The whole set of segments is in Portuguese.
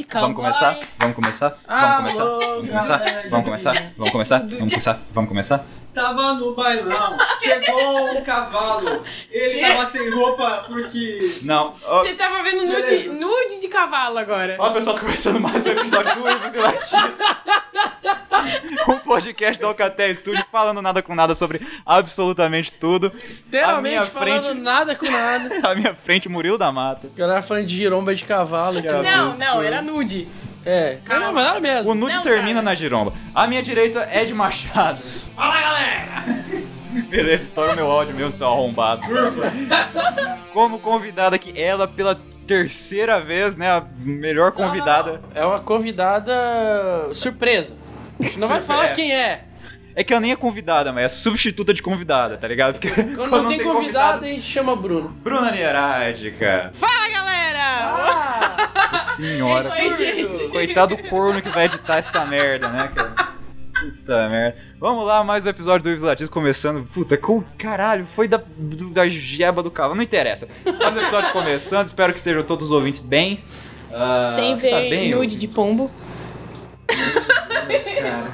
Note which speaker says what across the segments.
Speaker 1: Então
Speaker 2: Vamos começar? Vamos começar?
Speaker 3: Ah,
Speaker 2: Vamos começar? Vamos começar? Vamos começar? Vamos começar? Vamos começar? Vamos começar?
Speaker 3: Tava no bailão, chegou um cavalo. Ele tava sem roupa porque.
Speaker 2: Não. Ó,
Speaker 4: Você tava vendo nude,
Speaker 3: Beleza.
Speaker 4: nude de cavalo agora.
Speaker 2: Ó, pessoal, tá começando mais um episódio do Livros e Latidos. Um podcast do Alcatel Studio falando nada com nada sobre absolutamente tudo. À
Speaker 1: Literalmente
Speaker 2: minha
Speaker 1: falando
Speaker 2: frente,
Speaker 1: nada com nada.
Speaker 2: à minha frente, Murilo da Mata.
Speaker 1: Galera falando de giromba de cavalo. Que...
Speaker 2: Cara,
Speaker 4: Não,
Speaker 2: absurdo.
Speaker 4: não, era nude.
Speaker 1: É,
Speaker 4: Calma.
Speaker 1: não, mas nada mesmo.
Speaker 2: O nude
Speaker 4: Não,
Speaker 2: termina
Speaker 4: cara.
Speaker 2: na giromba. À minha direita, Ed Machado.
Speaker 3: Fala galera!
Speaker 2: Beleza, estoura meu áudio meu, seu arrombado. Como convidada aqui, ela pela terceira vez, né? A melhor convidada.
Speaker 1: É uma convidada surpresa. Não vai
Speaker 2: Surpresa.
Speaker 1: falar quem é.
Speaker 2: É que ela nem é convidada, mas é substituta de convidada, tá ligado? Porque
Speaker 1: Quando, não tem convidado, a gente chama Bruno.
Speaker 2: Bruna Nierade, cara.
Speaker 4: Fala, galera!
Speaker 1: Ah,
Speaker 2: Nossa senhora.
Speaker 4: Oi, gente.
Speaker 2: Coitado do corno que vai editar essa merda, né, cara? Puta merda. Vamos lá, mais um episódio do Ives Latidos começando. Puta, com caralho, foi da, do- da jeba do cavalo. Não interessa. Mais um episódio começando. Espero que estejam todos os ouvintes bem. Ah,
Speaker 4: Sem
Speaker 2: você
Speaker 4: ver
Speaker 2: tá bem,
Speaker 4: nude de pombo.
Speaker 2: ouvintes, cara?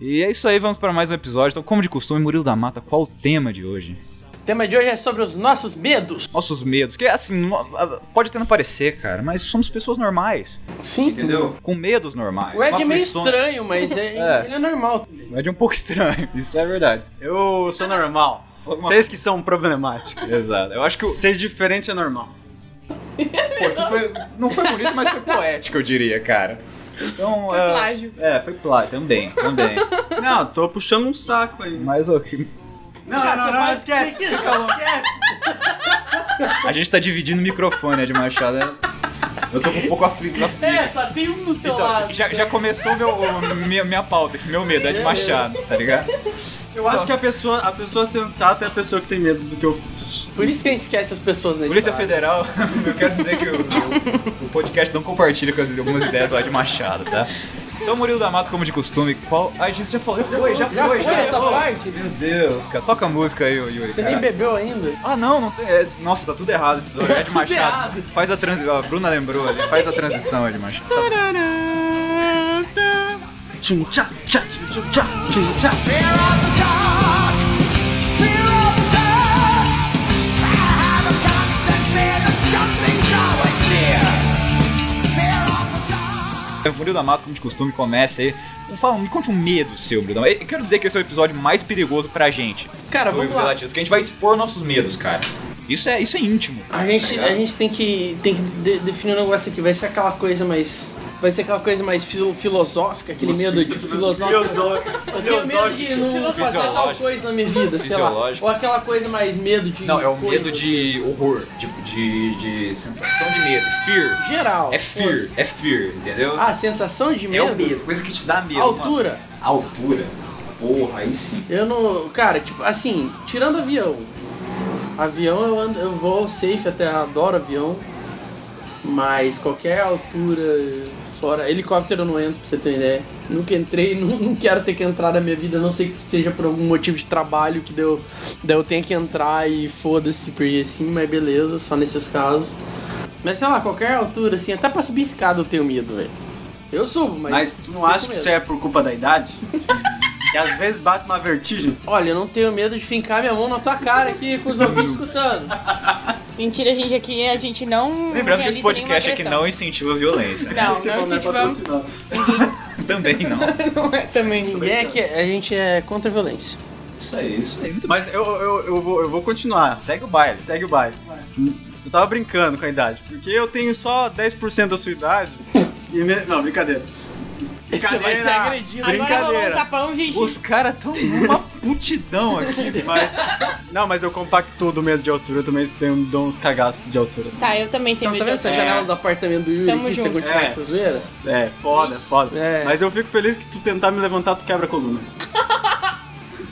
Speaker 2: E é isso aí, vamos para mais um episódio. Então, como de costume, Murilo da Mata, qual o tema de hoje?
Speaker 1: o tema de hoje é sobre os nossos medos.
Speaker 2: Nossos medos. Porque, assim, no- pode até não parecer, cara, mas somos pessoas normais.
Speaker 1: Sim.
Speaker 2: Entendeu? Com medos normais.
Speaker 1: O Ed é meio
Speaker 2: aflições.
Speaker 1: estranho, mas é,
Speaker 2: É.
Speaker 1: ele é normal.
Speaker 2: O Ed é um pouco estranho, isso é verdade.
Speaker 3: Eu sou normal. Vocês que são problemáticos.
Speaker 2: Exato. Eu acho que o.
Speaker 3: Ser diferente é normal.
Speaker 2: Pô, isso foi, não foi bonito, mas foi poético, eu diria, cara. Então,
Speaker 4: Foi
Speaker 2: é,
Speaker 4: plágio.
Speaker 2: É, foi plágio, também, também.
Speaker 3: Não, tô puxando um saco aí.
Speaker 2: Mas ok.
Speaker 3: Não,
Speaker 1: Cara,
Speaker 3: não,
Speaker 1: você
Speaker 3: não,
Speaker 1: faz o que
Speaker 3: esquece.
Speaker 1: você
Speaker 3: Fica louco. Esquece.
Speaker 2: A gente tá dividindo o microfone, Ed Machado. né? Eu tô com um pouco aflito.
Speaker 1: É, só tem um do teu
Speaker 2: Então, já, já começou meu, o- minha, minha pauta aqui, meu medo, Ed Machado, tá ligado?
Speaker 3: Eu acho que a pessoa, a pessoa sensata é a pessoa que tem medo do que eu fiz.
Speaker 1: Por isso que a gente esquece as pessoas na
Speaker 2: Polícia
Speaker 1: estrada.
Speaker 2: Federal, eu quero dizer que o, o podcast não compartilha com as- algumas ideias do Ed Machado, tá? Então, Murilo da Mata, como de costume, qual. Ai, gente, já falou, já foi, já foi,
Speaker 1: Já foi essa
Speaker 2: falou.
Speaker 1: parte?
Speaker 2: Meu Deus, cara, toca a música aí, ô Yuri.
Speaker 1: Você
Speaker 2: cara.
Speaker 1: nem bebeu ainda?
Speaker 2: Ah, não, não tem. é, nossa, tá tudo errado esse episódio. Ed Machado.
Speaker 1: errado.
Speaker 2: Faz a transição. A Bruna lembrou ali. Faz a transição, Ed Machado.
Speaker 3: Tchum, tchá, tchá, tchum, tchá, tchum, tchá.
Speaker 2: É, Murilo da Mata, como de costume, começa aí. Fala, me conte um medo seu, Murilo da Mata. Eu quero dizer que esse é o episódio mais perigoso pra gente.
Speaker 1: Cara,
Speaker 2: do
Speaker 1: vamos
Speaker 2: Ivo
Speaker 1: lá.
Speaker 2: Zelatido, Porque a gente vai expor nossos medos, cara. Isso é, isso é íntimo.
Speaker 1: A gente, a gente tem que, tem que de- definir um negócio aqui. Vai ser aquela coisa mais. Vai ser aquela coisa mais filo- filosófica, aquele medo de filosófico. Eu tenho medo de não fazer tal
Speaker 2: Fisiológico.
Speaker 1: coisa na minha vida, sei lá.
Speaker 2: Fisiológico.
Speaker 1: Ou aquela coisa mais medo de.
Speaker 2: Não, é o
Speaker 1: coisa.
Speaker 2: medo de horror, de, de, de sensação de medo, fear.
Speaker 1: Geral.
Speaker 2: É fear,
Speaker 1: foda-se.
Speaker 2: é fear, entendeu?
Speaker 1: Ah, sensação de
Speaker 2: é
Speaker 1: medo?
Speaker 2: o medo, coisa que te dá medo.
Speaker 1: Altura.
Speaker 2: mano. Altura. Porra, aí sim.
Speaker 1: Eu não. Cara, tipo, assim, tirando avião. Avião eu, ando, eu vou safe até, adoro avião. Mas qualquer altura. Fora. Helicóptero eu não entro, pra você ter uma ideia. Nunca entrei, não, não quero ter que entrar na minha vida, a não sei que seja por algum motivo de trabalho que deu. Daí eu tenho que entrar e foda-se, porque assim, mas beleza, só nesses casos. Mas sei lá, qualquer altura, assim, até pra subir escada eu tenho medo, velho. Eu subo, mas.
Speaker 3: Mas tu não
Speaker 1: fico
Speaker 3: acha
Speaker 1: com
Speaker 3: que
Speaker 1: medo.
Speaker 3: isso é por culpa da idade? que às vezes bate uma vertigem?
Speaker 1: Olha, eu não tenho medo de fincar minha mão na tua cara aqui com os ouvintes escutando.
Speaker 4: Mentira, gente, aqui a gente não.
Speaker 2: Lembrando que
Speaker 4: realiza
Speaker 2: esse podcast aqui
Speaker 4: nenhuma
Speaker 2: não incentiva a violência.
Speaker 1: Ah,
Speaker 2: né?
Speaker 4: agressão.
Speaker 3: Você
Speaker 4: Não, não
Speaker 3: falou, né,
Speaker 4: incentivamos.
Speaker 3: patrocinado.
Speaker 2: Também não.
Speaker 4: Não é também.
Speaker 1: Ninguém é que a gente é contra a violência.
Speaker 2: Isso
Speaker 1: é
Speaker 2: aí, isso aí. É Muito bem.
Speaker 3: Mas eu, eu, eu, vou, eu vou continuar.
Speaker 2: Segue o baile.
Speaker 3: Segue o baile. Eu tava brincando com a idade, porque eu tenho só 10% da sua idade. E me- Não, brincadeira.
Speaker 1: Você vai ser agredido.
Speaker 4: Agora rolou um
Speaker 3: Brincadeira.
Speaker 4: tapão, gente.
Speaker 2: é Os caras tão numa putidão aqui.
Speaker 3: Mas, não, mas eu compacto do medo de altura, eu também tenho, dou uns cagaços de altura.
Speaker 4: Tá, eu também tenho
Speaker 1: Então, tá
Speaker 4: medo
Speaker 1: vendo
Speaker 4: de
Speaker 1: essa
Speaker 4: altura.
Speaker 1: janela do apartamento do Yuri
Speaker 4: Tamo
Speaker 1: aqui, se você
Speaker 4: junto.
Speaker 1: continuar
Speaker 3: É.
Speaker 1: com essa zoeira?
Speaker 3: É, foda, foda.
Speaker 1: É.
Speaker 3: Mas eu fico feliz que tu tentar me levantar, tu quebra a coluna.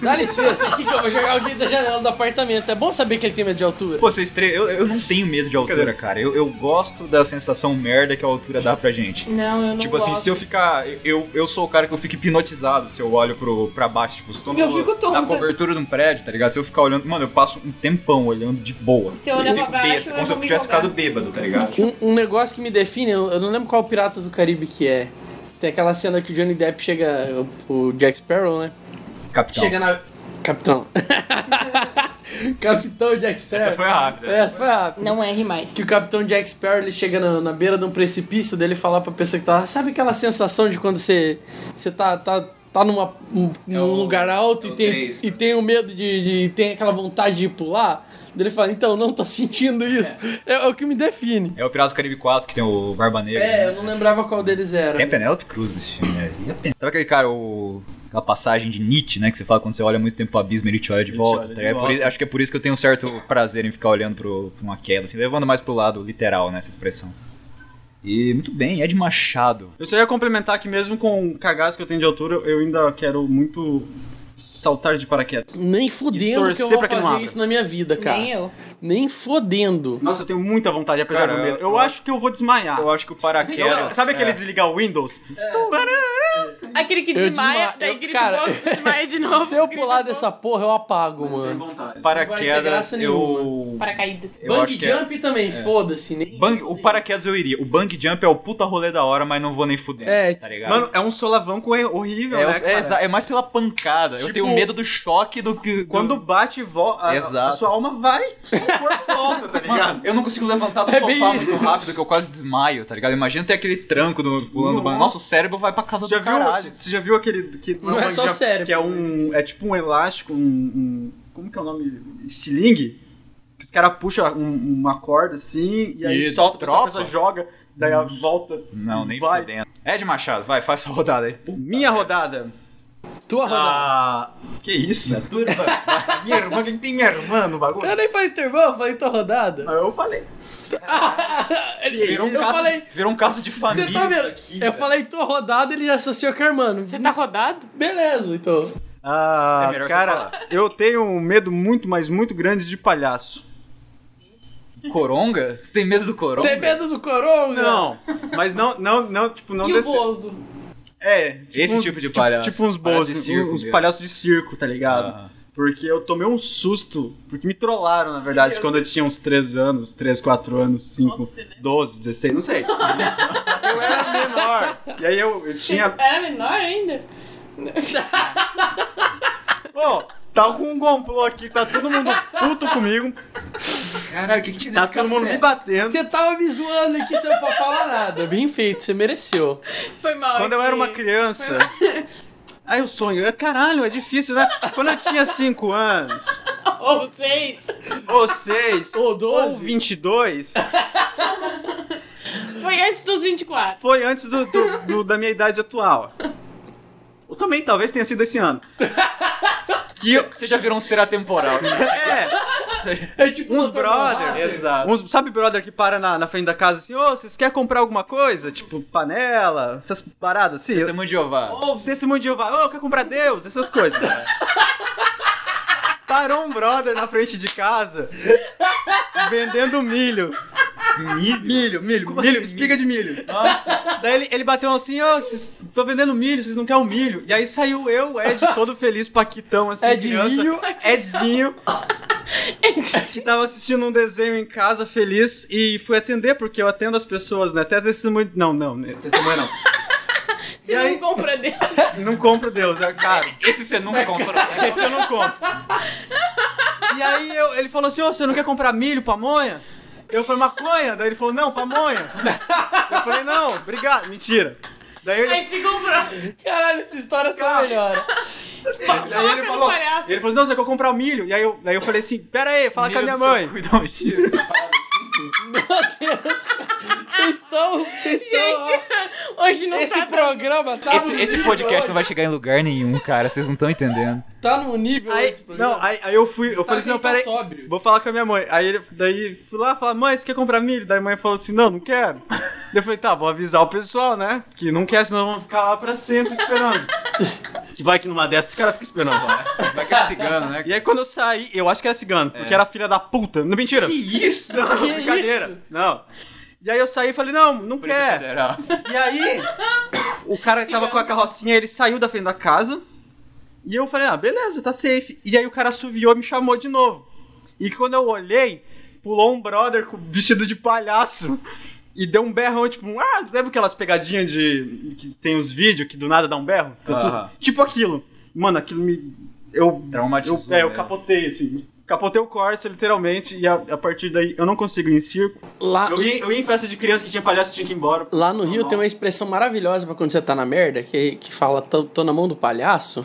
Speaker 1: Dá licença aqui que eu vou jogar alguém da janela do apartamento. É bom saber que ele tem medo de altura.
Speaker 2: Pô, vocês três, eu, eu não tenho medo de altura,
Speaker 3: Cadê?
Speaker 2: cara. Eu, eu gosto da sensação merda que a altura dá pra gente.
Speaker 4: Não, eu não
Speaker 2: Tipo assim,
Speaker 4: gosto.
Speaker 2: se eu ficar. Eu, eu sou o cara que eu fico hipnotizado se eu olho pro, pra baixo, tipo, se tô
Speaker 4: Eu fico tonta.
Speaker 2: na cobertura de um prédio, tá ligado? Se eu ficar olhando. Mano, eu passo um tempão olhando de boa.
Speaker 4: Se eu olhar pra
Speaker 2: fico
Speaker 4: baixo,
Speaker 2: besta,
Speaker 4: eu
Speaker 2: como se
Speaker 4: vou
Speaker 2: eu
Speaker 4: me
Speaker 2: tivesse
Speaker 4: jogar.
Speaker 2: ficado bêbado, tá ligado?
Speaker 1: Um, um negócio que me define, eu, eu não lembro qual Piratas do Caribe que é. Tem aquela cena que o Johnny Depp chega, o, o Jack Sparrow, né?
Speaker 2: Capitão.
Speaker 1: Chega na. Capitão. Capitão Jack Sparrow.
Speaker 2: Essa foi rápida.
Speaker 1: Essa foi rápida.
Speaker 4: Não erre mais.
Speaker 1: Que o Capitão Jack Sparrow ele chega na, na beira de um precipício dele falar pra pessoa que tá lá. Sabe aquela sensação de quando você, você tá, tá, tá numa, um,
Speaker 5: É
Speaker 1: num
Speaker 5: o-
Speaker 1: lugar alto
Speaker 5: é
Speaker 1: e,
Speaker 5: o
Speaker 1: tem,
Speaker 5: três,
Speaker 1: e
Speaker 5: né?
Speaker 1: tem o medo de, de- e tem aquela vontade de pular? Ele fala, então, não tô sentindo isso. É, é o que me define.
Speaker 2: É o Piratas do Caribe 4 que tem o Barba Negra.
Speaker 1: É, eu
Speaker 2: né?
Speaker 1: não lembrava qual deles era.
Speaker 2: Tem a Penélope Cruz nesse filme, né? E a Pen- Sabe aquele cara, o. Aquela passagem de Nietzsche, né? Que você fala quando você olha muito tempo pro abismo, ele te olha de volta.
Speaker 3: olha
Speaker 2: tá
Speaker 3: de
Speaker 2: ligado? É por
Speaker 3: volta.
Speaker 2: isso- acho que é por isso que eu tenho um certo prazer em ficar olhando pro, pra uma queda, assim, levando mais pro lado literal, né? Essa expressão. E muito bem, Ed Machado.
Speaker 3: Eu só ia complementar que mesmo com o cagaço que eu tenho de altura, eu ainda quero muito saltar de paraquedas.
Speaker 1: Nem
Speaker 3: E
Speaker 1: fudendo
Speaker 3: torcer
Speaker 1: que eu vou
Speaker 3: pra que não
Speaker 1: fazer
Speaker 3: abra.
Speaker 1: isso na minha vida, cara.
Speaker 4: Nem eu.
Speaker 1: Nem fodendo.
Speaker 3: Nossa, eu tenho muita vontade, apesar
Speaker 2: Cara,
Speaker 3: do medo.
Speaker 2: eu-
Speaker 3: Eu,
Speaker 2: eu-
Speaker 3: acho que eu vou desmaiar.
Speaker 2: Eu acho que o paraquedas.
Speaker 3: Sabe aquele
Speaker 2: é.
Speaker 3: desligar o Windows?
Speaker 4: Aquele que
Speaker 1: Eu
Speaker 4: desmaia,
Speaker 1: desma-
Speaker 4: daí
Speaker 1: eu-
Speaker 4: grita
Speaker 1: cara,
Speaker 4: cara... desmaia de novo.
Speaker 1: Se eu
Speaker 4: grita
Speaker 1: pular
Speaker 4: de
Speaker 1: dessa porra, eu apago, mano.
Speaker 3: vontade.
Speaker 1: Não vai ter
Speaker 2: Paraquedas,
Speaker 1: graça
Speaker 2: eu.
Speaker 4: novo. Paracaídas.
Speaker 2: Eu acho
Speaker 1: Bang
Speaker 2: que é-
Speaker 1: jump também, foda-se. Nem...
Speaker 2: Bang, o paraquedas eu iria. O bang jump é o puta rolê da hora, mas não vou nem fudendo.
Speaker 1: É.
Speaker 2: tá ligado?
Speaker 3: Mano, é um solavanco é horrível,
Speaker 2: é,
Speaker 3: né,
Speaker 2: é
Speaker 3: cara?
Speaker 2: exa- é mais pela pancada. eu
Speaker 3: Tipo,
Speaker 2: tenho medo do choque do que. do-
Speaker 3: Quando bate, vo- a, a
Speaker 2: Exato.
Speaker 3: sua alma vai, seu corpo volta, tá ligado?
Speaker 2: Mano, eu não consigo levantar do
Speaker 1: É bem
Speaker 2: sofá
Speaker 1: isso.
Speaker 2: muito rápido que eu quase desmaio, tá ligado? Imagina ter aquele tranco do, pulando do banco. Nossa, o cérebro vai pra casa
Speaker 3: Já
Speaker 2: do
Speaker 3: viu,
Speaker 2: caralho.
Speaker 3: você já viu aquele que
Speaker 1: Não é
Speaker 3: um
Speaker 1: só
Speaker 3: já-
Speaker 1: cérebro.
Speaker 3: que é um é tipo um elástico, um, um- como que é o nome? Estilingue? Que os caras puxam um- uma corda assim e aí
Speaker 2: E
Speaker 3: solta, troca.
Speaker 2: tropa?
Speaker 3: a pessoa joga, daí ela volta.
Speaker 2: Não, nem
Speaker 3: vai.
Speaker 2: fudendo. Ed Machado, vai, faz sua rodada aí.
Speaker 3: Minha rodada.
Speaker 1: Tua rodada.
Speaker 3: Ah, que isso? Tua irmã. minha irmã, quem tem minha irmã no
Speaker 1: Eu
Speaker 3: bagulho? Ah,
Speaker 1: nem falei teu irmão, eu falei tua rodada.
Speaker 3: Eu falei.
Speaker 2: Virou um,
Speaker 1: eu
Speaker 2: caso,
Speaker 1: falei.
Speaker 2: virou um caso de família.
Speaker 1: Você tá vendo?
Speaker 2: isso aqui,
Speaker 1: eu
Speaker 2: velho.
Speaker 1: falei tua rodada, ele já associou com a irmã.
Speaker 4: Você tá rodado?
Speaker 1: Beleza, então.
Speaker 3: Ah,
Speaker 2: É melhor você
Speaker 3: cara,
Speaker 2: falar.
Speaker 3: eu tenho um medo muito, mas muito grande de palhaço.
Speaker 2: Coronga? Você tem medo do coronga?
Speaker 1: Tem medo do coronga?
Speaker 3: Não, mas não, não, não, tipo, não
Speaker 4: e
Speaker 3: desse.
Speaker 4: o Bozo?
Speaker 3: É, tipo
Speaker 2: Esse
Speaker 3: uns-
Speaker 2: tipo de palhaço.
Speaker 3: Tipo, uns
Speaker 2: Palhaço
Speaker 3: boas,
Speaker 2: de circo
Speaker 3: uns
Speaker 2: mesmo. Ah.
Speaker 3: palhaços de circo, tá ligado?
Speaker 2: Aham.
Speaker 3: Porque eu tomei um susto, porque me trollaram, na verdade, quando eu tinha uns 3 anos, 3, 4 anos, 5, 12, 16, não sei. eu era menor. E aí eu, eu tinha.
Speaker 4: Era menor ainda?
Speaker 3: Pô, tá com um complô aqui, tá todo mundo puto comigo,
Speaker 2: Caralho, o que, que tinha
Speaker 3: tá
Speaker 2: nesse
Speaker 3: todo mundo
Speaker 2: café?
Speaker 3: me batendo.
Speaker 1: Você tava me zoando aqui, você não pode falar nada. Bem feito, você mereceu.
Speaker 4: Foi mal.
Speaker 3: Quando eu
Speaker 4: aqui.
Speaker 3: era uma criança. Aí o sonho, caralho, é difícil, né? Quando eu tinha 5 anos,
Speaker 4: Ou seis.
Speaker 3: ou 6,
Speaker 1: Ou 12.
Speaker 3: ou 22,
Speaker 4: Foi antes dos 24.
Speaker 3: foi antes do, do- do- da minha idade atual. Ou também talvez tenha sido esse ano. Que eu-
Speaker 2: Você já virou um ser atemporal.
Speaker 3: é,
Speaker 1: É tipo
Speaker 3: Uns
Speaker 1: Dr.
Speaker 3: brother.
Speaker 1: Manhattan.
Speaker 2: Exato.
Speaker 3: uns, sabe brother que para na, na frente da casa assim, ô, vocês querem comprar alguma coisa? Tipo, panela, essas paradas assim. Eu-
Speaker 2: Testemunho de é Jeová.
Speaker 4: Ovo.
Speaker 3: Testemunho de Jeová, ô, quer comprar Deus? Essas coisas. Parou um brother na frente de casa vendendo milho. Milho? Milho, milho, milho, espiga de milho. Ah, tá. Daí ele, ele bateu assim, ó, vocês tô vendendo milho, vocês não querem o milho. E aí saiu eu, Ed, todo feliz, paquitão, assim,
Speaker 1: Edzinho.
Speaker 3: criança. Edzinho, que tava assistindo um desenho em casa, feliz, e fui atender, porque eu atendo as pessoas, né, até testemunho... Não, não, né, testemunho não.
Speaker 4: Você
Speaker 3: E aí?
Speaker 4: não compra dele.
Speaker 3: Não compro Deus, é caro.
Speaker 2: Esse você
Speaker 1: Tá
Speaker 2: nunca comprou.
Speaker 3: Esse eu não compro. E aí eu- ele falou assim, ô, você não quer comprar milho, pamonha? Eu falei, maconha? Daí ele falou, não, pamonha. Eu falei, não, obrigado. Mentira. Daí ele,
Speaker 4: Aí se comprou.
Speaker 1: Caralho, essa história é só
Speaker 3: Cara.
Speaker 1: melhora.
Speaker 3: daí ele
Speaker 4: no
Speaker 3: falou,
Speaker 4: palhaço.
Speaker 3: ele falou, assim, não, você quer comprar o milho? E aí eu, daí eu falei assim, pera aí, fala com a minha mãe.
Speaker 2: Cuidar um tiro.
Speaker 1: Meu Deus, cara. Vocês estão. Vocês estão. ó.
Speaker 4: Hoje não
Speaker 1: Esse
Speaker 4: tá
Speaker 1: programa tá
Speaker 2: Esse,
Speaker 1: no
Speaker 2: esse
Speaker 1: nível,
Speaker 2: podcast não
Speaker 1: olha,
Speaker 2: vai chegar em lugar nenhum, cara. Vocês não estão entendendo.
Speaker 1: Tá no nível
Speaker 3: Aí,
Speaker 1: esse programa.
Speaker 3: não, aí, aí eu fui, eu
Speaker 1: Tá,
Speaker 3: falei
Speaker 1: a
Speaker 3: assim,
Speaker 1: gente
Speaker 3: não,
Speaker 1: tá
Speaker 3: peraí,
Speaker 1: sóbrio.
Speaker 3: vou falar com a minha mãe. Aí ele, daí fui lá falar, mãe, você quer comprar milho? Daí a mãe falou assim, não, não quero. daí eu falei, tá, vou avisar o pessoal, né? Que não quer, senão vão ficar lá pra sempre esperando. que vai que numa dessas os caras ficam esperando. Lá.
Speaker 2: Vai que é cigano, né?
Speaker 3: E aí quando eu saí, eu acho que era cigano, porque era filha da puta. Não, mentira.
Speaker 2: Que isso?
Speaker 3: Não,
Speaker 1: Que
Speaker 3: brincadeira.
Speaker 1: isso?
Speaker 3: Não. E aí eu saí e falei, não, não
Speaker 2: Polícia
Speaker 1: é?
Speaker 3: quer.
Speaker 2: Federal.
Speaker 3: E aí, o cara tava com a carrocinha, ele saiu da frente da casa. E eu falei, ah, beleza, tá safe. E aí o cara assoviou e me chamou de novo. E quando eu olhei, pulou um brother com vestido de palhaço. E deu um berrão, tipo, um, ah, lembra aquelas pegadinhas de. que tem os vídeos que do nada dá um berro? Tu assusta?
Speaker 2: Aham.
Speaker 3: Tipo aquilo. Mano, aquilo me. Eu.
Speaker 2: Traumatizou,
Speaker 3: eu- é, eu
Speaker 2: né?
Speaker 3: capotei, assim. Capotei o Corsa, literalmente, e a, a partir daí eu não consigo ir em circo.
Speaker 1: Lá,
Speaker 3: Eu ia, eu ia em festa de criança que tinha palhaço e tinha que ir embora.
Speaker 1: Ah, Lá no Rio tem uma expressão maravilhosa pra quando você tá na merda, que, que fala, tô, tô na mão do palhaço.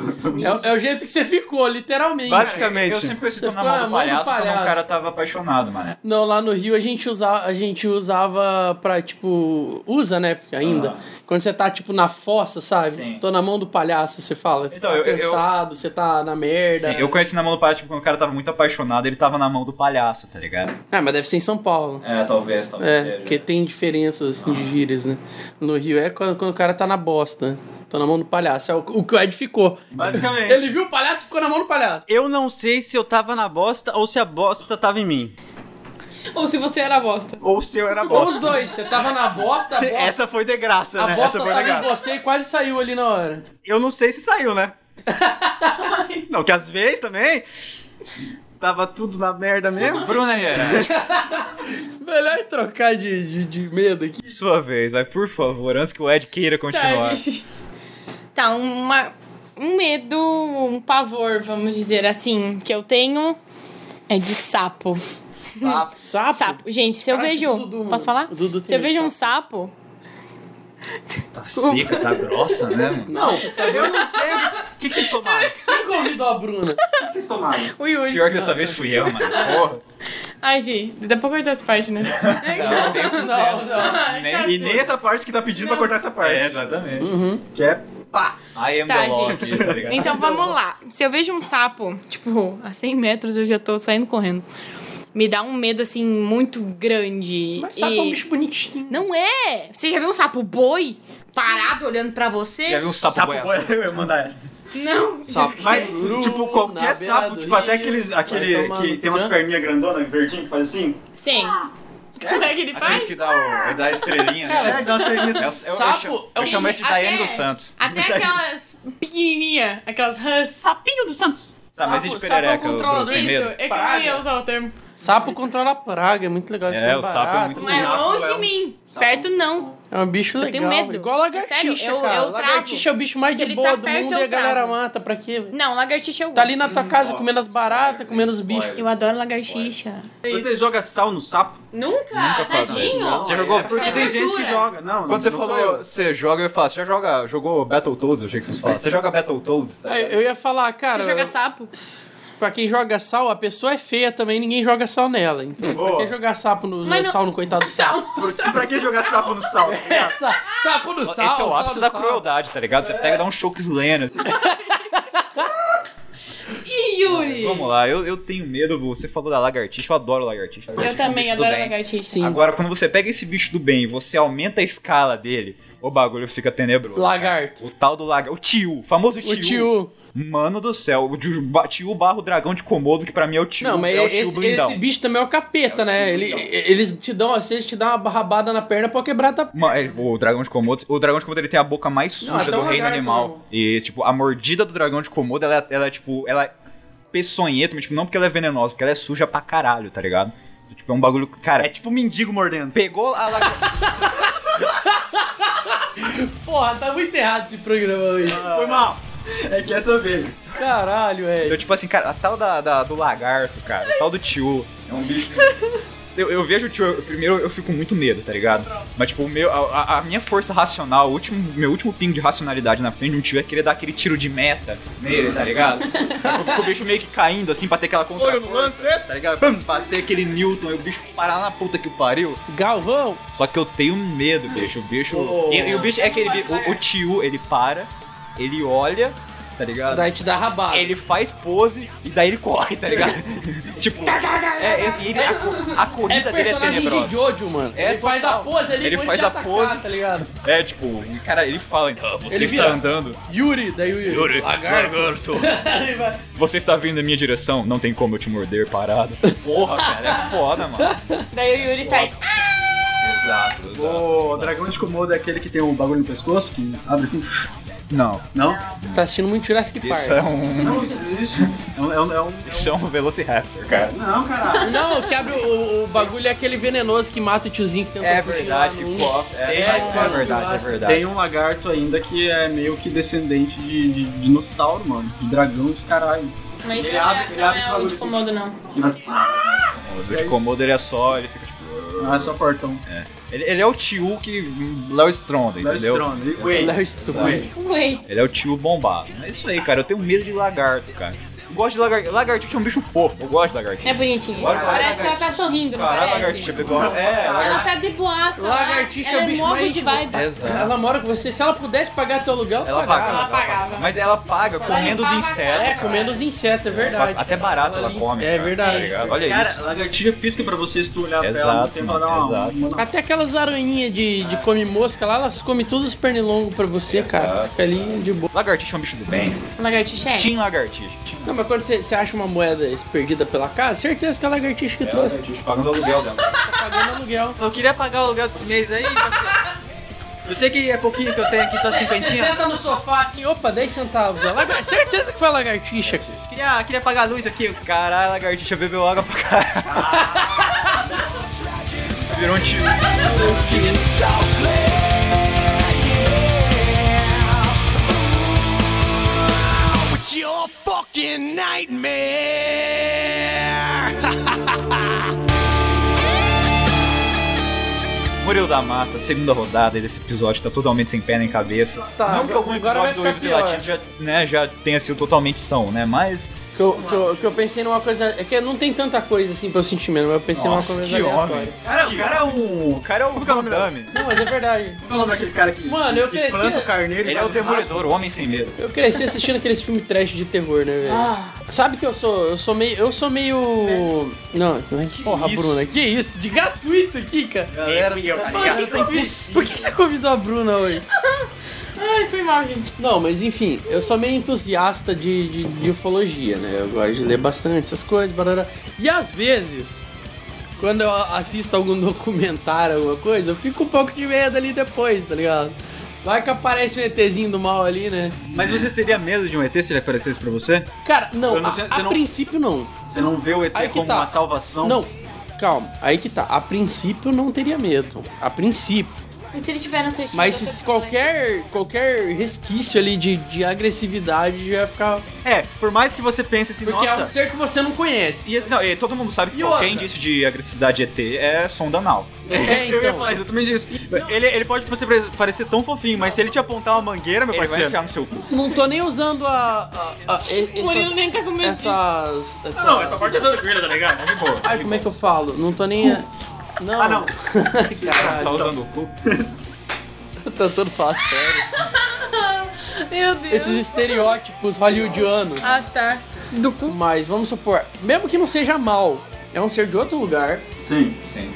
Speaker 1: é, é o jeito que você ficou, literalmente.
Speaker 3: Basicamente.
Speaker 2: Eu sempre conheci
Speaker 1: Você
Speaker 2: Tom na
Speaker 1: ficou
Speaker 2: mão
Speaker 1: na
Speaker 2: do
Speaker 1: mão do
Speaker 2: palhaço quando
Speaker 1: palhaço.
Speaker 2: um cara tava apaixonado, mano.
Speaker 1: Não, lá no Rio a gente, usa, a gente usava pra, tipo, usa, né, ainda.
Speaker 2: Ah.
Speaker 1: Quando você tá, tipo, na fossa, sabe?
Speaker 2: Sim.
Speaker 1: Tô na mão do palhaço, você fala. Você
Speaker 2: Então,
Speaker 1: tá
Speaker 2: eu- eu-
Speaker 1: cansado, você tá na merda.
Speaker 2: Sim, eu conheci na mão do palhaço, tipo, quando o cara tava muito apaixonado, ele tava na mão do palhaço, tá ligado?
Speaker 1: Ah, mas deve ser em São Paulo.
Speaker 2: É, talvez, talvez
Speaker 1: É, porque tem diferenças assim, de gírias, né? No Rio é quando, quando o cara tá na bosta, né? Tô na mão do palhaço. É o, o que o Ed ficou.
Speaker 3: Basicamente.
Speaker 1: Ele viu o palhaço e ficou na mão do palhaço.
Speaker 3: Eu não sei se eu tava na bosta ou se a bosta tava em mim.
Speaker 4: Ou se você era bosta.
Speaker 3: Ou se eu era
Speaker 1: Ou os
Speaker 3: bosta.
Speaker 1: dois, você tava na bosta, a
Speaker 3: Se-
Speaker 1: bosta,
Speaker 3: Essa foi de graça,
Speaker 1: a
Speaker 3: né?
Speaker 1: bosta
Speaker 3: Essa foi
Speaker 1: tava
Speaker 3: de
Speaker 1: em
Speaker 3: graça.
Speaker 1: você e quase saiu ali na hora.
Speaker 3: Eu não sei se saiu, né? não, que às vezes também tava tudo na merda mesmo.
Speaker 2: Bruna Mierantes.
Speaker 1: Melhor trocar de, de, de medo aqui.
Speaker 2: Sua vez, vai, por favor, antes que o Ed queira continuar.
Speaker 4: Tá, gente. Tá, uma, um medo, um pavor, vamos dizer assim, que eu tenho é de sapo.
Speaker 2: Sapo.
Speaker 1: Sapo?
Speaker 4: Sapo. tipo Gente, se eu
Speaker 1: Caraca,
Speaker 4: vejo.
Speaker 1: o Dudu, mano.
Speaker 4: posso falar?
Speaker 1: O Dudu tem
Speaker 4: se eu
Speaker 1: medo
Speaker 4: vejo
Speaker 1: de
Speaker 4: um sapo.
Speaker 2: Tá seca, tá grossa, né, mano?
Speaker 1: Não,
Speaker 3: Eu não sei. O que, que vocês tomaram? O
Speaker 1: quem convidou a Bruna?
Speaker 3: que, que vocês tomaram?
Speaker 4: Ui, ui.
Speaker 2: Pior que dessa vez fui eu, mano. Porra.
Speaker 4: Ai, gente, dá pra cortar essa parte, né?
Speaker 2: Não, nem
Speaker 1: Não, não.
Speaker 4: Ai,
Speaker 2: Nem-
Speaker 4: tá
Speaker 3: E nem essa parte que tá pedindo pra cortar essa parte.
Speaker 2: É, exatamente.
Speaker 3: Que é pá.
Speaker 2: I am
Speaker 4: Tá,
Speaker 2: the law
Speaker 4: gente.
Speaker 2: aqui, tá ligado?
Speaker 4: Então vamos lá. Se eu vejo um sapo, tipo, a 100 metros eu já tô saindo correndo. Me dá um medo, assim, muito grande.
Speaker 1: Mas sapo é um
Speaker 4: E-
Speaker 1: bicho bonitinho.
Speaker 4: Não é! Você já viu um sapo boi parado olhando pra você?
Speaker 2: Já viu um sapo, boiaçu?
Speaker 3: Eu ia mandar essa.
Speaker 4: Não!
Speaker 1: Sapo.
Speaker 3: Vai,
Speaker 1: Cru,
Speaker 3: tipo,
Speaker 1: na
Speaker 3: qualquer
Speaker 1: beira
Speaker 3: sapo,
Speaker 1: do
Speaker 3: tipo, até
Speaker 1: rio,
Speaker 3: aqueles,
Speaker 1: vai
Speaker 3: aquele
Speaker 1: tomar
Speaker 3: que
Speaker 1: no
Speaker 3: tem umas
Speaker 1: cu.
Speaker 3: perninhas grandonas, verdinho, que faz assim.
Speaker 4: Sim.
Speaker 1: Ah.
Speaker 4: Como é que ele
Speaker 2: Aqueles
Speaker 4: faz?
Speaker 2: que dá, o, é da estrelinha, né?
Speaker 3: É, não sei
Speaker 2: Eu, eu,
Speaker 3: isso.
Speaker 2: eu,
Speaker 1: Sapo
Speaker 2: chamo-
Speaker 1: é um-
Speaker 2: eu chamo esse de
Speaker 4: Até-
Speaker 2: Daiane dos Santos.
Speaker 4: Até aquelas pequenininhas, aquelas rãs. Sapinho do Santos.
Speaker 2: Tá, mas e de
Speaker 1: Sapo- sapo é um
Speaker 2: perereca, o Bruno
Speaker 1: controlador,
Speaker 2: tem
Speaker 4: Isso,
Speaker 2: medo?
Speaker 4: é que eu
Speaker 1: Praga.
Speaker 4: não ia usar o termo.
Speaker 1: Sapo controla a praga, é muito legal.
Speaker 2: É,
Speaker 1: isso
Speaker 2: o sapo é
Speaker 1: barato.
Speaker 2: muito
Speaker 4: Mas
Speaker 3: Sapo
Speaker 4: longe
Speaker 3: é
Speaker 4: de
Speaker 3: um-
Speaker 4: mim. Perto não.
Speaker 1: É um bicho legal.
Speaker 4: Eu tenho medo.
Speaker 1: Igual a lagartixa,
Speaker 4: Sério, eu-
Speaker 1: cara.
Speaker 4: eu
Speaker 1: lagartixa é o bicho mais
Speaker 4: Se
Speaker 1: de
Speaker 4: ele
Speaker 1: boa
Speaker 4: tá
Speaker 1: do
Speaker 4: perto,
Speaker 1: mundo
Speaker 4: eu
Speaker 1: e a galera
Speaker 4: travo.
Speaker 1: mata pra quê? velho?
Speaker 4: Não, lagartixa eu gosto.
Speaker 1: Tá ali na tua casa comendo as baratas, comendo os bichos.
Speaker 4: Eu adoro lagartixa.
Speaker 3: Você joga sal no sapo?
Speaker 4: Nunca?
Speaker 2: Nunca faz isso,
Speaker 4: Tadinho.
Speaker 2: não.
Speaker 1: Já
Speaker 3: jogou?
Speaker 1: É
Speaker 3: Porque tem
Speaker 4: tortura.
Speaker 3: gente que joga. Não, não,
Speaker 2: Quando você
Speaker 3: não
Speaker 2: falou,
Speaker 3: sou eu.
Speaker 2: você joga, eu falo, você já joga, jogou Battletoads, eu achei que vocês falaram. Você joga Battletoads?
Speaker 1: Aí, Eu ia falar, cara.
Speaker 4: Você joga sapo?
Speaker 1: Pra quem joga sal, a pessoa é feia também, ninguém joga sal nela. Então, pra
Speaker 3: Boa.
Speaker 1: quem jogar sapo no, no
Speaker 4: Mas não-
Speaker 1: sal no coitado do sapo?
Speaker 3: Por- pra que jogar sapo no sal? É.
Speaker 1: Sa- sapo no sal.
Speaker 2: Esse é o
Speaker 1: sal
Speaker 2: ápice
Speaker 1: no
Speaker 2: da
Speaker 1: sal.
Speaker 2: crueldade, tá ligado? Você pega e dá um choque slam, assim.
Speaker 4: Ih, Yuri!
Speaker 2: Vamos lá, eu, eu tenho medo, você falou da lagartixa, eu adoro lagartixa.
Speaker 4: Eu
Speaker 2: lagartixa é um
Speaker 4: também
Speaker 2: bicho do
Speaker 4: adoro
Speaker 2: bem.
Speaker 4: lagartixa.
Speaker 1: Sim.
Speaker 2: Agora, quando você pega esse bicho do bem e você aumenta a escala dele, o bagulho fica tenebroso. cara.
Speaker 1: Lagarto.
Speaker 2: O tal do lagarto. O tio, o famoso tio.
Speaker 1: O tio.
Speaker 2: Mano do céu, o tio, ba- tio barra o dragão de Komodo, que pra mim é o tio.
Speaker 1: Não, mas
Speaker 2: é o tio
Speaker 1: esse,
Speaker 2: blindão.
Speaker 1: esse bicho também é o capeta,
Speaker 2: É o
Speaker 1: né?
Speaker 2: tio
Speaker 1: Ele,
Speaker 2: blindão.
Speaker 1: eles te dão, assim, eles te dão uma barrabada na perna pra quebrar tá? tua
Speaker 2: Ma- é, o dragão de Komodo, o dragão de Komodo ele tem a boca mais suja
Speaker 1: Não, até
Speaker 2: do
Speaker 1: um
Speaker 2: reino
Speaker 1: lagarto,
Speaker 2: animal.
Speaker 1: não.
Speaker 2: E tipo, a mordida do dragão de Komodo, ela, ela é tipo, ela é peçonhenta, mas tipo, não porque ela é venenosa, porque ela é suja pra caralho, tá ligado? Tipo, é um bagulho, que, cara,
Speaker 3: É tipo um mendigo mordendo.
Speaker 2: pegou a lagartixa
Speaker 1: Porra, tá muito errado esse programa hoje.
Speaker 2: Ah.
Speaker 3: Foi mal. É que essa vez.
Speaker 1: Caralho, velho.
Speaker 2: Então, tipo assim, cara, a tal da, da- do lagarto, cara, o tal do tio, é um bicho eu, eu vejo o tio, eu- primeiro eu fico com muito medo, tá ligado? Mas, tipo, o meu, a, a- a minha força racional, o último, meu último pingo de racionalidade na frente de um tio é querer dar aquele tiro de meta nele, tá ligado? Com o bicho meio que caindo, assim, pra ter aquela contra
Speaker 3: Olho no lance.
Speaker 2: tá ligado? Pra bater aquele Newton e o bicho parar na puta que o pariu.
Speaker 1: Galvão!
Speaker 2: Só que eu tenho um medo, bicho. O bicho.
Speaker 1: Oh.
Speaker 2: E, e o bicho é aquele. bi- O, o tio, ele para, ele olha, tá ligado?
Speaker 1: Daí te dá rabada.
Speaker 2: Ele faz pose e daí ele corre, tá ligado? tipo, é, é- e ele- a, co- a
Speaker 1: É
Speaker 2: corrida dele é
Speaker 1: personagem de
Speaker 2: tenebrosa.
Speaker 1: Jojo, mano.
Speaker 2: É
Speaker 1: ele faz a
Speaker 2: total.
Speaker 1: pose ali,
Speaker 2: Ele
Speaker 1: depois
Speaker 2: faz
Speaker 1: de
Speaker 2: a
Speaker 1: atacar,
Speaker 2: pose.
Speaker 1: tá ligado?
Speaker 2: É, tipo, e, cara, ele fala, "Ah, você
Speaker 1: Ele
Speaker 2: está
Speaker 1: vira.
Speaker 2: andando.
Speaker 1: Yuri, daí o Yuri.
Speaker 2: Yuri,
Speaker 1: Lagarto.
Speaker 2: lagarto.
Speaker 1: Ele vai-
Speaker 2: Você está vindo em minha direção, não tem como eu te morder parado. Porra, cara, é foda, mano.
Speaker 4: Daí o Yuri sai.
Speaker 2: Exato, exato.
Speaker 3: O dragão de Komodo é aquele que tem um bagulho no pescoço que abre assim.
Speaker 2: Não,
Speaker 3: Não?
Speaker 1: Você tá assistindo muito Jurassic Park.
Speaker 2: isso é um.
Speaker 3: Não, isso existe. É um. É um, é um-
Speaker 2: Isso é um Velociraptor, cara.
Speaker 3: Não, caralho.
Speaker 1: Não, o que abre o, o bagulho é aquele venenoso que mata o tiozinho que tentou
Speaker 2: É
Speaker 1: fugir
Speaker 2: verdade,
Speaker 1: lá
Speaker 2: que
Speaker 1: no-
Speaker 2: foda. É,
Speaker 1: É,
Speaker 2: é,
Speaker 1: eu
Speaker 2: é
Speaker 1: gosto
Speaker 2: verdade, é
Speaker 1: demais.
Speaker 2: verdade.
Speaker 3: Tem um lagarto ainda que é meio que descendente de, de dinossauro, mano. De dragão, de caralho.
Speaker 4: Mas
Speaker 3: Ele
Speaker 4: não,
Speaker 3: abre-
Speaker 4: é,
Speaker 3: ele
Speaker 4: não
Speaker 3: abre esse
Speaker 4: é o
Speaker 3: bagulho
Speaker 4: de Komodo, não.
Speaker 3: E vai-
Speaker 2: O de Komodo, ele é só, ele fica tipo...
Speaker 3: Ah, é só fortão.
Speaker 2: É. Ele, ele é o tio que... Léo Stronda,
Speaker 3: Léo
Speaker 2: entendeu?
Speaker 3: Stronda. E-
Speaker 1: Ele
Speaker 3: Wait.
Speaker 1: é estúpido.
Speaker 4: Ué.
Speaker 2: Ele é o tio bombado. É isso aí, cara. Eu tenho medo de lagarto, cara. Eu gosto de lagarto. Lagartixa é um bicho fofo. Eu gosto de lagartixa.
Speaker 4: É bonitinho.
Speaker 2: Olha, olha,
Speaker 4: Parece que ela tá
Speaker 2: lagartixa.
Speaker 4: sorrindo, não
Speaker 2: Caralho,
Speaker 4: parece?
Speaker 2: lagartixa. eu gosto. É, lagartixa.
Speaker 4: Ela tá de boaça lá.
Speaker 1: Lagartixa é
Speaker 4: Ela
Speaker 1: o bicho
Speaker 4: mó
Speaker 1: mais
Speaker 4: good vibes.
Speaker 2: Exato.
Speaker 1: Ela mora com você. Se ela pudesse pagar teu aluguel, ela,
Speaker 2: Ela paga.
Speaker 1: pagava.
Speaker 4: pagava.
Speaker 2: Mas ela paga comendo os
Speaker 4: limpava a
Speaker 2: insetos.
Speaker 1: É,
Speaker 4: cara.
Speaker 1: comendo os insetos, é verdade.
Speaker 2: Até barato ela
Speaker 1: limpa-
Speaker 2: come.
Speaker 1: É
Speaker 2: cara, tá
Speaker 1: verdade.
Speaker 2: ligado? Olha
Speaker 3: Cara,
Speaker 2: isso.
Speaker 3: a lagartixa pisca pra você se tu olhar pra ela no
Speaker 2: Exato,
Speaker 3: tempo,
Speaker 2: mano,
Speaker 3: ela dá uma,
Speaker 2: exato.
Speaker 3: uma...
Speaker 1: Até aquelas aranhinhas de, de come mosca lá, elas comem todos os pernilongos pra você,
Speaker 2: Exato,
Speaker 1: cara. Fica ali de boa.
Speaker 2: Lagartixa é um bicho do bem.
Speaker 4: Lagartixa é.
Speaker 2: Tim lagartixa.
Speaker 1: Não, mas quando você, você acha uma moeda perdida pela casa, certeza que é a lagartixa que trouxe.
Speaker 2: Lagartixa pagando o aluguel dela.
Speaker 1: Tá pagando aluguel.
Speaker 3: Eu queria pagar o aluguel desse mês aí, parceiro. Eu sei que é pouquinho que eu tenho aqui, só
Speaker 1: Você
Speaker 3: cinquentinha.
Speaker 1: senta no sofá assim, opa, 10 centavos. ó. Lagar- Certeza que foi a lagartixa. cara.
Speaker 3: Queria, queria pagar a luz aqui.
Speaker 2: Caralho, lagartixa bebeu água pra caralho. Virou um tio.
Speaker 5: It's your fucking nightmare.
Speaker 2: Murilo da Mata, segunda rodada desse episódio, tá totalmente sem pé nem cabeça.
Speaker 1: Tá,
Speaker 2: Não que algum
Speaker 1: agora vai
Speaker 2: episódio do
Speaker 1: ficar
Speaker 2: Ives e
Speaker 1: pior.
Speaker 2: Latido já, né, já tenha sido totalmente são, né? Mas.
Speaker 1: Que eu, que, eu, que eu pensei numa coisa. É que não tem tanta coisa assim pra eu sentir mesmo, mas eu pensei numa
Speaker 2: Nossa,
Speaker 1: coisa
Speaker 2: que
Speaker 1: aleatória.
Speaker 2: homem.
Speaker 3: Cara, o cara é
Speaker 2: O
Speaker 3: um...
Speaker 2: cara é o Van Damme.
Speaker 1: Não, mas é verdade.
Speaker 3: Qual é o nome daquele cara que,
Speaker 1: Mano, eu
Speaker 3: que
Speaker 1: cresci-
Speaker 3: planta o carneiro? e
Speaker 2: Ele é
Speaker 3: faz um
Speaker 2: o demolidor, o homem sem medo.
Speaker 1: Eu cresci assistindo aqueles filmes trash de terror, né, velho? Sabe que eu sou. Eu sou meio. Eu sou meio. Não, mas porra,
Speaker 2: isso?
Speaker 1: Bruna, que isso? De gratuito aqui, cara.
Speaker 2: é
Speaker 3: Galera,
Speaker 1: Mano, que
Speaker 2: tá
Speaker 1: convi-
Speaker 2: impossível.
Speaker 1: Por que que você convidou a Bruna hoje?
Speaker 4: Ai, foi mal, gente.
Speaker 1: Não, mas enfim, eu sou meio entusiasta de, de, de ufologia, né? Eu gosto de ler bastante essas coisas, barará. E às vezes, quando eu assisto algum documentário, alguma coisa, eu fico um pouco de medo ali depois, tá ligado? Vai que aparece um ETzinho do mal ali, né?
Speaker 3: Mas você teria medo de um ET se ele aparecesse pra você?
Speaker 1: Cara, não,
Speaker 3: Eu não
Speaker 1: a-
Speaker 3: sei-
Speaker 1: a
Speaker 3: você não-
Speaker 1: princípio não.
Speaker 3: Você não vê é o ET
Speaker 1: Aí que
Speaker 3: como
Speaker 1: tá.
Speaker 3: uma salvação?
Speaker 1: Não, calma. Aí que tá. A princípio eu não teria medo. A princípio.
Speaker 4: Mas se ele tiver no seu estilo,
Speaker 1: Mas
Speaker 4: você vai-
Speaker 1: se qualquer, qualquer resquício ali de, de agressividade já ia ficar.
Speaker 3: É, por mais que você pense assim,
Speaker 1: Porque é um
Speaker 3: nossa...
Speaker 1: ser que você não conhece.
Speaker 2: E, é, não, e todo mundo sabe que
Speaker 1: E
Speaker 2: qualquer
Speaker 1: outra?
Speaker 2: indício de agressividade ET é sonda anal.
Speaker 1: É,
Speaker 3: Eu ia
Speaker 1: então.
Speaker 3: falar exatamente isso. Ele, ele pode você parecer tão fofinho, mas se ele te apontar uma mangueira, meu
Speaker 2: Ele vai
Speaker 3: parceiro...
Speaker 2: enfiar no seu cu.
Speaker 1: Não tô nem usando a. a- a- e-
Speaker 4: O Murilo
Speaker 1: essas-
Speaker 4: nem tá com medo
Speaker 1: Essas. essas
Speaker 3: é tranquila, tá ligado?
Speaker 2: De boa.
Speaker 1: Ai, como é que eu falo? Não tô nem. a- Não.
Speaker 3: Ah, não.
Speaker 2: Tá
Speaker 1: Caralho,
Speaker 2: usando o cu?
Speaker 1: tô tentando falar sério.
Speaker 4: Meu Deus.
Speaker 1: Esses estereótipos hollywoodianos.
Speaker 4: Ah, tá. Do cu.
Speaker 1: Mas vamos supor, mesmo que não seja mal, é um ser de outro lugar,
Speaker 3: Sim.
Speaker 2: Sim.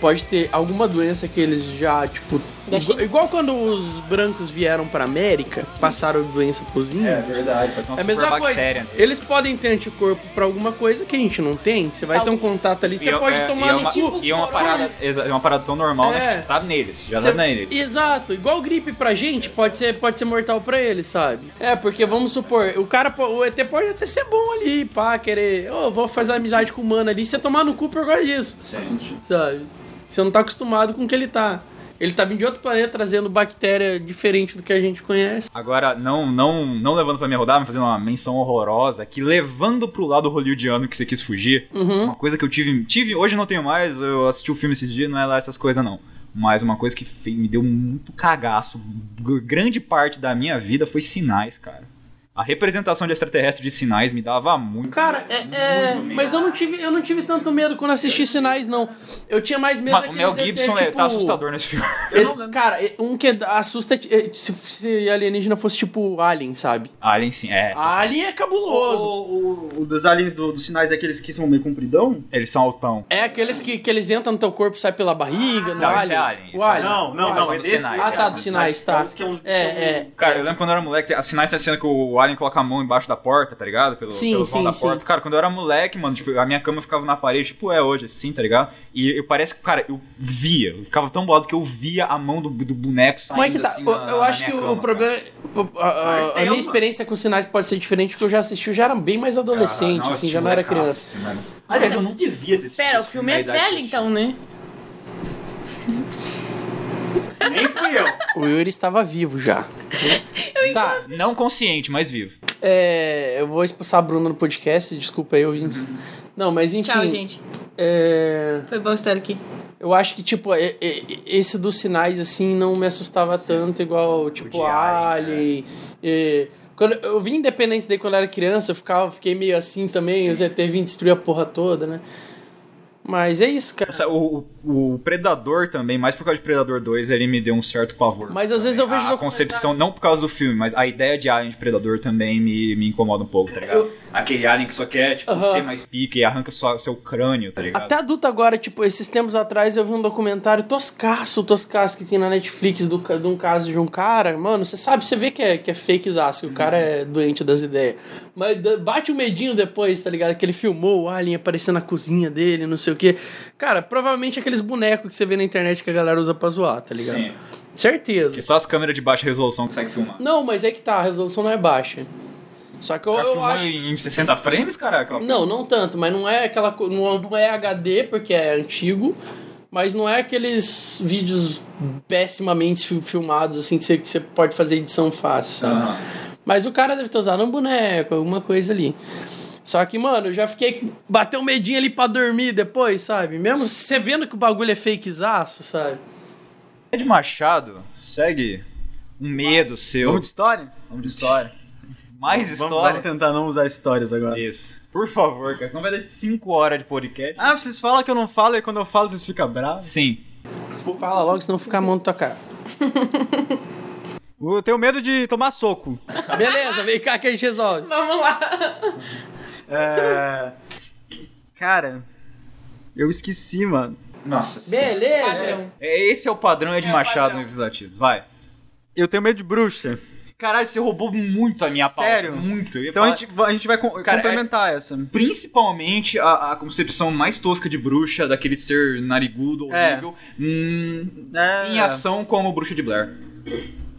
Speaker 1: pode ter alguma doença que eles já, tipo.
Speaker 4: Da
Speaker 1: Igual,
Speaker 4: China?
Speaker 1: igual quando os brancos vieram pra América, passaram doença pros índios.
Speaker 2: É verdade. Pode ter uma
Speaker 1: É a mesma coisa.
Speaker 2: superbactéria.
Speaker 1: Eles podem ter anticorpo pra alguma coisa que a gente não tem. Você vai
Speaker 4: Tal-
Speaker 1: ter um contato ali, você
Speaker 2: E é-
Speaker 1: pode
Speaker 2: é-
Speaker 1: tomar
Speaker 2: e é
Speaker 1: no
Speaker 2: uma,
Speaker 1: cu. Tipo
Speaker 2: E é uma parada, exa- é uma parada tão normal, né?
Speaker 1: É.
Speaker 2: Que tipo, tá neles. Já
Speaker 1: Cê-
Speaker 2: tá neles.
Speaker 1: Exato, igual gripe pra gente, pode ser, pode ser mortal pra ele, sabe? É, porque vamos supor, o cara, po- o ET pode até ser bom ali, pá, querer, ô, vou fazer amizade com o mano ali, você tomar no cu por causa disso,
Speaker 2: Sim.
Speaker 1: sabe? Você não tá acostumado com o que ele tá. Ele tá vindo de outro planeta trazendo bactéria diferente do que a gente conhece.
Speaker 2: Agora, não, não, não levando pra minha rodada, mas fazendo uma menção horrorosa, que levando pro lado hollywoodiano que você quis fugir,
Speaker 1: Uhum.
Speaker 2: uma coisa que eu tive, tive, hoje não tenho mais, eu assisti o filme esse dia, não é lá essas coisas não. Mas uma coisa que fe- me deu muito cagaço, gr- grande parte da minha vida foi sinais, cara. A representação de extraterrestre de sinais me dava muito.
Speaker 1: Cara, é, é, mas eu não tive, eu não tive tanto medo quando assisti sinais não. Eu tinha mais medo
Speaker 2: Mano, o
Speaker 1: daqueles
Speaker 2: Mel Gibson
Speaker 1: ET,
Speaker 2: é-
Speaker 1: tipo,
Speaker 2: tá assustador nesse filme.
Speaker 1: ET cara, é, um que assusta é, é, se, se alienígena fosse tipo alien, sabe?
Speaker 2: Alien sim, é.
Speaker 1: Alien é cabuloso.
Speaker 3: O, o, o dos aliens do- dos sinais é aqueles que são meio compridão?
Speaker 2: Eles são altão.
Speaker 1: É aqueles que, que eles entram no teu corpo e saem pela barriga, no
Speaker 2: Não,
Speaker 1: alien.
Speaker 2: esse é alien,
Speaker 1: O
Speaker 2: esse é
Speaker 1: alien.
Speaker 2: alien.
Speaker 3: não,
Speaker 2: não, é desse-
Speaker 1: Ah, tá, dos sinais, tá.
Speaker 3: Os que
Speaker 2: um
Speaker 3: é uns-
Speaker 1: É, é.
Speaker 2: Cara, eu lembro quando eu era moleque, tem- as sinais tá sendo que o Alien coloca a mão embaixo da porta, tá ligado? Pelo,
Speaker 1: Sim,
Speaker 2: pelo
Speaker 1: sim,
Speaker 2: som da
Speaker 1: sim.
Speaker 2: porta. Cara, quando eu era moleque, mano, tipo, a minha cama ficava na parede, tipo, é hoje, assim, tá ligado? E eu parece que, cara, eu via, eu ficava tão bolado que eu via a mão do, do boneco saindo
Speaker 1: Como é que tá?
Speaker 2: assim,
Speaker 1: eu
Speaker 2: na-
Speaker 1: eu
Speaker 2: na
Speaker 1: acho
Speaker 2: minha
Speaker 1: que
Speaker 2: cama,
Speaker 1: o problema. é- o- A, a-
Speaker 3: Ah,
Speaker 1: a
Speaker 3: tem
Speaker 1: minha
Speaker 3: uma-
Speaker 1: experiente com sinais pode ser diferente, porque eu já assisti, eu já era bem mais
Speaker 2: cara.
Speaker 1: adolescente,
Speaker 2: Nossa,
Speaker 1: assim,
Speaker 2: esse
Speaker 1: já não era
Speaker 2: molecaço,
Speaker 1: criança.
Speaker 2: assim, mano. Aliás, eu não devia ter assistido
Speaker 4: Pera, o
Speaker 2: esse
Speaker 4: filme
Speaker 2: na
Speaker 4: é
Speaker 2: idade que eu
Speaker 4: velho
Speaker 2: tinha.
Speaker 4: então, né?
Speaker 1: é.
Speaker 3: Nem fui eu.
Speaker 1: O Yuri estava vivo já. tá,
Speaker 2: Não consciente, mas vivo.
Speaker 1: é, eu vou expulsar a Bruna no podcast, desculpa aí, ouvintes. Não, mas enfim.
Speaker 4: Uhum. Tchau, gente.
Speaker 1: é,
Speaker 4: Foi bom estar aqui.
Speaker 1: eu acho que, tipo, é- é- esse dos sinais, assim, não me assustava tanto, igual, tipo,
Speaker 2: de Alien,
Speaker 1: Alien. é, quando eu vi Independence Day quando eu era criança, eu ficava, fiquei meio assim também, os ET vim destruir a porra toda, né? Mas é isso, cara.
Speaker 2: Nossa, o, o- o Predador também, mais por causa de Predador 2, ele me deu um certo pavor.
Speaker 1: Mas às vezes eu vejo
Speaker 2: A, a
Speaker 1: documentário-
Speaker 2: concepção, não por causa do filme, mas a ideia de Alien de Predador também me, me incomoda um pouco, tá ligado? Aquele Alien que só quer, tipo,
Speaker 1: Aham.
Speaker 2: ser mais pica e arranca sua, seu crânio, tá ligado?
Speaker 1: Até adulto agora, tipo, esses tempos atrás eu vi um documentário toscaço, toscaço que tem na Netflix do, ca- de um caso de um cara. Mano, você sabe, você vê que é, que é fake que o cara é doente das ideias. Mas da- bate o medinho depois, tá ligado? Que ele filmou o Alien aparecendo na cozinha dele, não sei o quê. Cara, provavelmente aqueles bonecos que você vê na internet que a galera usa pra zoar, tá ligado?
Speaker 2: Sim.
Speaker 1: Certeza.
Speaker 2: Que só as câmeras de baixa resolução conseguem filmar.
Speaker 1: Não, mas é que tá, a resolução não é baixa. Só que eu,
Speaker 2: O cara
Speaker 1: eu
Speaker 2: filmou
Speaker 1: acho.
Speaker 2: em 60 frames, caraca?
Speaker 1: Não, não tanto, mas não é aquela co- não, não é HD porque é antigo, mas não é aqueles vídeos pessimamente fi- filmados assim que você, que você pode fazer edição fácil, sabe?
Speaker 2: Aham.
Speaker 1: Mas o cara deve ter usado um boneco, alguma coisa ali. Só que, mano, eu já fiquei. Bateu um medinho ali pra dormir depois, sabe? Mesmo você vendo que o bagulho é fakezaço, sabe?
Speaker 2: Ed Machado segue um medo seu.
Speaker 3: Vamos de história?
Speaker 2: Vamos de história. Mais
Speaker 3: Vamos-
Speaker 2: história.
Speaker 3: Vamos tentar não usar histórias agora.
Speaker 2: Isso. Por favor, cara, senão vai dar 5 horas de podcast.
Speaker 3: Ah, vocês falam que eu não falo e quando eu falo vocês ficam bravos?
Speaker 2: Sim.
Speaker 1: Fala logo, senão fica a mão na tua cara.
Speaker 3: Eu tenho medo de tomar soco.
Speaker 1: Beleza, vem cá que a gente resolve.
Speaker 4: Vamos lá.
Speaker 3: É... Cara, eu esqueci, mano.
Speaker 2: Nossa.
Speaker 1: Beleza!
Speaker 4: Padrão.
Speaker 2: É, Esse é o padrão Ed Machado no Episódio Latidos. Vai.
Speaker 3: Eu tenho medo de bruxa.
Speaker 2: Caralho, você roubou muito a minha pauta.
Speaker 3: Sério?
Speaker 2: Muito. Eu ia
Speaker 3: Então
Speaker 2: falar,
Speaker 3: a gente, vai- a gente vai com-
Speaker 1: é-
Speaker 2: Cara,
Speaker 3: complementar essa.
Speaker 2: Principalmente a, a concepção mais tosca de bruxa, daquele ser narigudo,
Speaker 3: É.
Speaker 2: horrível, hum,
Speaker 3: É.
Speaker 2: em ação como bruxa de Blair.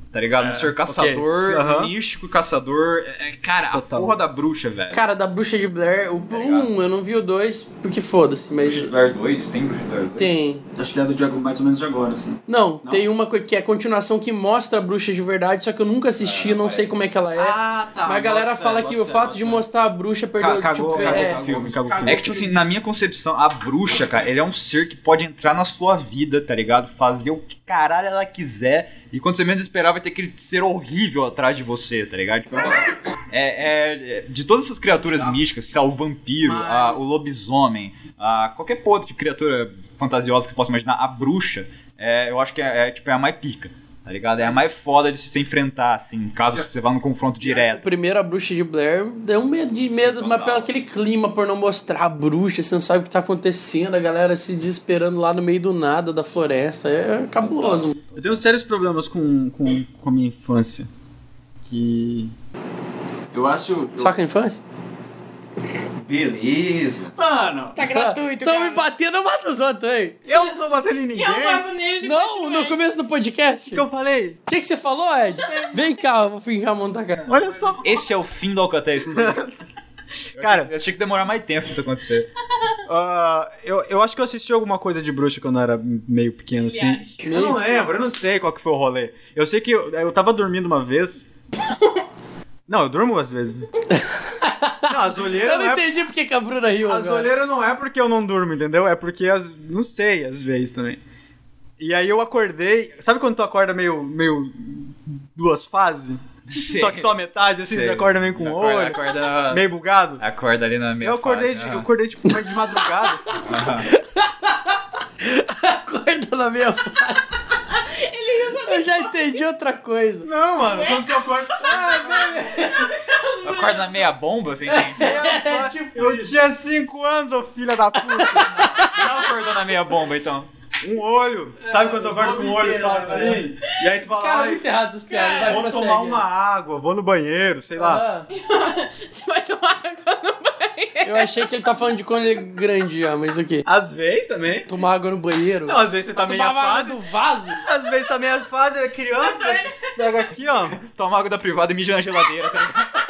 Speaker 2: Tá ligado? Um ser caçador,
Speaker 3: ok. Aham.
Speaker 2: místico, caçador. É, é, cara,
Speaker 3: Total.
Speaker 2: a porra da bruxa, velho.
Speaker 1: Cara, da Bruxa de Blair, o
Speaker 2: Tá ligado?
Speaker 1: um, eu não vi o dois porque foda-se, mas.
Speaker 2: Blair 2? Tem bruxa de Blair 2?
Speaker 1: Tem.
Speaker 3: Acho que é do Diago mais ou menos de agora, assim.
Speaker 1: Não, tem uma co- que é a continuação que mostra a bruxa de verdade, só que eu nunca assisti, não sei como é que ela é.
Speaker 3: Ah, tá.
Speaker 1: mas a galera
Speaker 3: Bota fé,
Speaker 1: fala
Speaker 3: bota
Speaker 1: que o
Speaker 3: fé,
Speaker 1: fato
Speaker 3: bota
Speaker 1: de
Speaker 3: fé.
Speaker 1: mostrar a bruxa perdeu.
Speaker 3: Ca- Cagou,
Speaker 1: tipo,
Speaker 3: cagou
Speaker 1: é,
Speaker 3: o filme, cagou o filme.
Speaker 2: É que, tipo assim, na minha concepção, a bruxa, cara, ele é um ser que pode entrar na sua vida, tá ligado? Fazer o que caralho ela quiser. E quando você menos esperar, vai ter aquele ser horrível atrás de você, tá ligado? Tipo, é, é- é- De todas essas criaturas místicas, sei lá, o vampiro, a- o lobisomem, a qualquer pô, outra de criatura fantasiosa que você possa imaginar, a bruxa, é, eu acho que é, é, tipo, é a mais pica. Tá ligado? É a mais foda de se você enfrentar, assim, caso você vá no confronto direto.
Speaker 1: Primeiro a bruxa de Blair deu um medo de medo, mas pelo aquele clima por não mostrar a bruxa, você não sabe o que tá acontecendo, a galera se desesperando lá no meio do nada da floresta. É cabuloso.
Speaker 3: Eu tenho sérios problemas com, com, com a minha infância. Que. Eu acho.
Speaker 1: Só que é a infância?
Speaker 2: Beleza.
Speaker 3: Mano,
Speaker 4: Tá gratuito,
Speaker 1: Tão
Speaker 4: cara.
Speaker 1: me batendo, eu mato um os outros aí.
Speaker 3: eu não tô batendo em ninguém.
Speaker 4: Eu mato nele. ele
Speaker 1: Não,
Speaker 4: bate
Speaker 1: no
Speaker 4: mais.
Speaker 1: começo do podcast.
Speaker 3: O que eu falei?
Speaker 1: O que, que você falou, Ed? Vem cá, eu vou fincar a mão na tua cara.
Speaker 3: Olha só.
Speaker 2: Esse é o fim do Alcatel Studio. Eu
Speaker 3: Cara,
Speaker 2: achei- eu achei que demorar mais tempo pra isso acontecer.
Speaker 3: Ah, eu, eu acho que eu assisti alguma coisa de bruxa quando eu era meio pequeno, assim.
Speaker 4: Ele
Speaker 3: Eu não lembro, eu não sei qual que foi o rolê. Eu sei que eu, eu tava dormindo uma vez. Não, eu durmo às vezes. Não, as olheiras
Speaker 1: Eu
Speaker 3: não,
Speaker 1: não
Speaker 3: é.
Speaker 1: entendi porque que a Bruna riu
Speaker 3: As
Speaker 1: agora.
Speaker 3: olheiras não é porque eu não durmo, entendeu? É porque as, não sei, às vezes também. E aí eu acordei. Sabe quando tu acorda meio. meio. duas fases?
Speaker 2: Sei.
Speaker 3: Só que só metade, assim, você acorda meio com o
Speaker 2: acorda, É
Speaker 3: olho,
Speaker 2: Acorda,
Speaker 3: meio bugado.
Speaker 2: acorda ali na minha
Speaker 3: Eu acordei, de-
Speaker 2: fase,
Speaker 3: eu
Speaker 2: ah.
Speaker 3: acordei tipo, de madrugada.
Speaker 1: Acorda na minha face.
Speaker 4: usa
Speaker 1: Eu já entendi outra coisa.
Speaker 3: Não, mano, quando tu acorda. Ah, velho,
Speaker 2: Eu acordo na meia bomba, assim. Quem
Speaker 3: eu- eu tinha 5 anos, ô filha da puta.
Speaker 2: não acordou na meia bomba, então?
Speaker 3: Um olho. Sabe quando tu acorda com um olho
Speaker 1: inteira,
Speaker 3: só assim? E aí tu fala,
Speaker 1: Cara,
Speaker 3: ai,
Speaker 1: muito errado essas piadas. Vai,
Speaker 3: vou
Speaker 1: prossegue.
Speaker 3: tomar uma água, vou no banheiro, sei lá.
Speaker 1: Ah,
Speaker 4: Você vai tomar água no banheiro.
Speaker 1: eu achei que ele tá falando de quando ele é grande já, mas o quê?
Speaker 3: Às vezes também.
Speaker 1: Tomar água no banheiro?
Speaker 3: Não, às vezes você tá meio
Speaker 1: Tomar água
Speaker 3: fase.
Speaker 1: do vaso?
Speaker 3: Às vezes tá meia fase, é criança, você pega aqui, ó.
Speaker 2: Toma água da privada e mija na geladeira, tá ligado?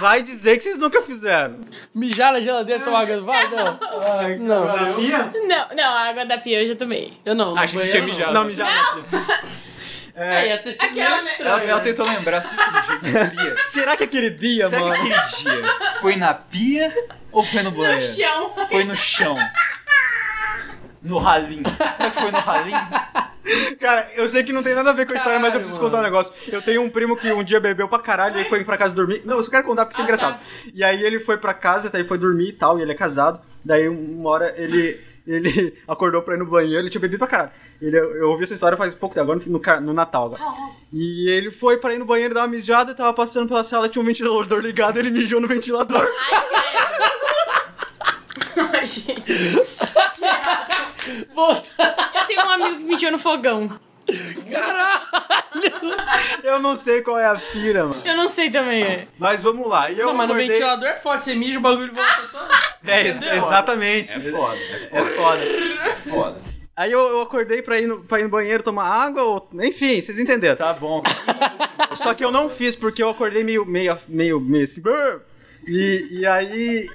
Speaker 3: Vai dizer que vocês nunca fizeram.
Speaker 1: Mijar na geladeira, tomar água do vaso? Não.
Speaker 3: Ai,
Speaker 1: Não.
Speaker 3: Na minha?
Speaker 4: Não, não, a água da pia eu já tomei.
Speaker 1: Eu não. no
Speaker 2: Achei que
Speaker 1: banheiro, não.
Speaker 2: tinha mijado.
Speaker 3: Não, mijar na pia.
Speaker 1: É, ia ter sido
Speaker 4: Aquela,
Speaker 1: meio
Speaker 4: né?
Speaker 1: estranho,
Speaker 2: Ela, ela
Speaker 1: né?
Speaker 2: tentou lembrar.
Speaker 3: Será que é aquele dia,
Speaker 2: Será
Speaker 3: mano?
Speaker 2: que aquele dia foi na pia ou foi no
Speaker 4: No
Speaker 2: banheiro?
Speaker 4: chão.
Speaker 2: Foi no chão. No ralinho. Será que foi no ralinho?
Speaker 3: Cara, eu sei que não tem nada a ver com a história, mas eu
Speaker 1: Caralho,
Speaker 3: preciso
Speaker 1: mano.
Speaker 3: contar um negócio. Eu tenho um primo que um dia bebeu pra caralho e foi pra casa dormir. Não, eu só quero contar porque isso é engraçado. E aí ele foi pra casa, daí foi dormir e tal, e ele é casado. Daí um, uma hora ele, ele acordou pra ir no banheiro, ele tinha bebido pra caralho. Ele, eu ouvi essa história faz pouco tempo, agora no, ca- no Natal. Agora. E ele foi pra ir no banheiro dar uma mijada, tava passando pela sala, tinha um ventilador ligado, ele mijou no ventilador.
Speaker 4: Ai, gente.
Speaker 1: né? Volta.
Speaker 4: Eu tenho um amigo que mijou no fogão.
Speaker 3: Eu não sei qual é a pira, mano.
Speaker 4: Eu não sei também.
Speaker 3: Mas vamos lá. E eu
Speaker 1: Não, mas no
Speaker 3: acordei-
Speaker 1: ventilador é forte, você mija o bagulho
Speaker 4: Ah,
Speaker 1: volta todo.
Speaker 3: É, ex- exatamente.
Speaker 2: Foda.
Speaker 3: É foda. É foda. Aí eu, eu acordei pra ir, no, pra ir no banheiro tomar água, ou... enfim, vocês entenderam.
Speaker 2: Tá bom.
Speaker 3: Só que eu não fiz, porque eu acordei meio, meio, meio, meio assim... "Brrr". E, e aí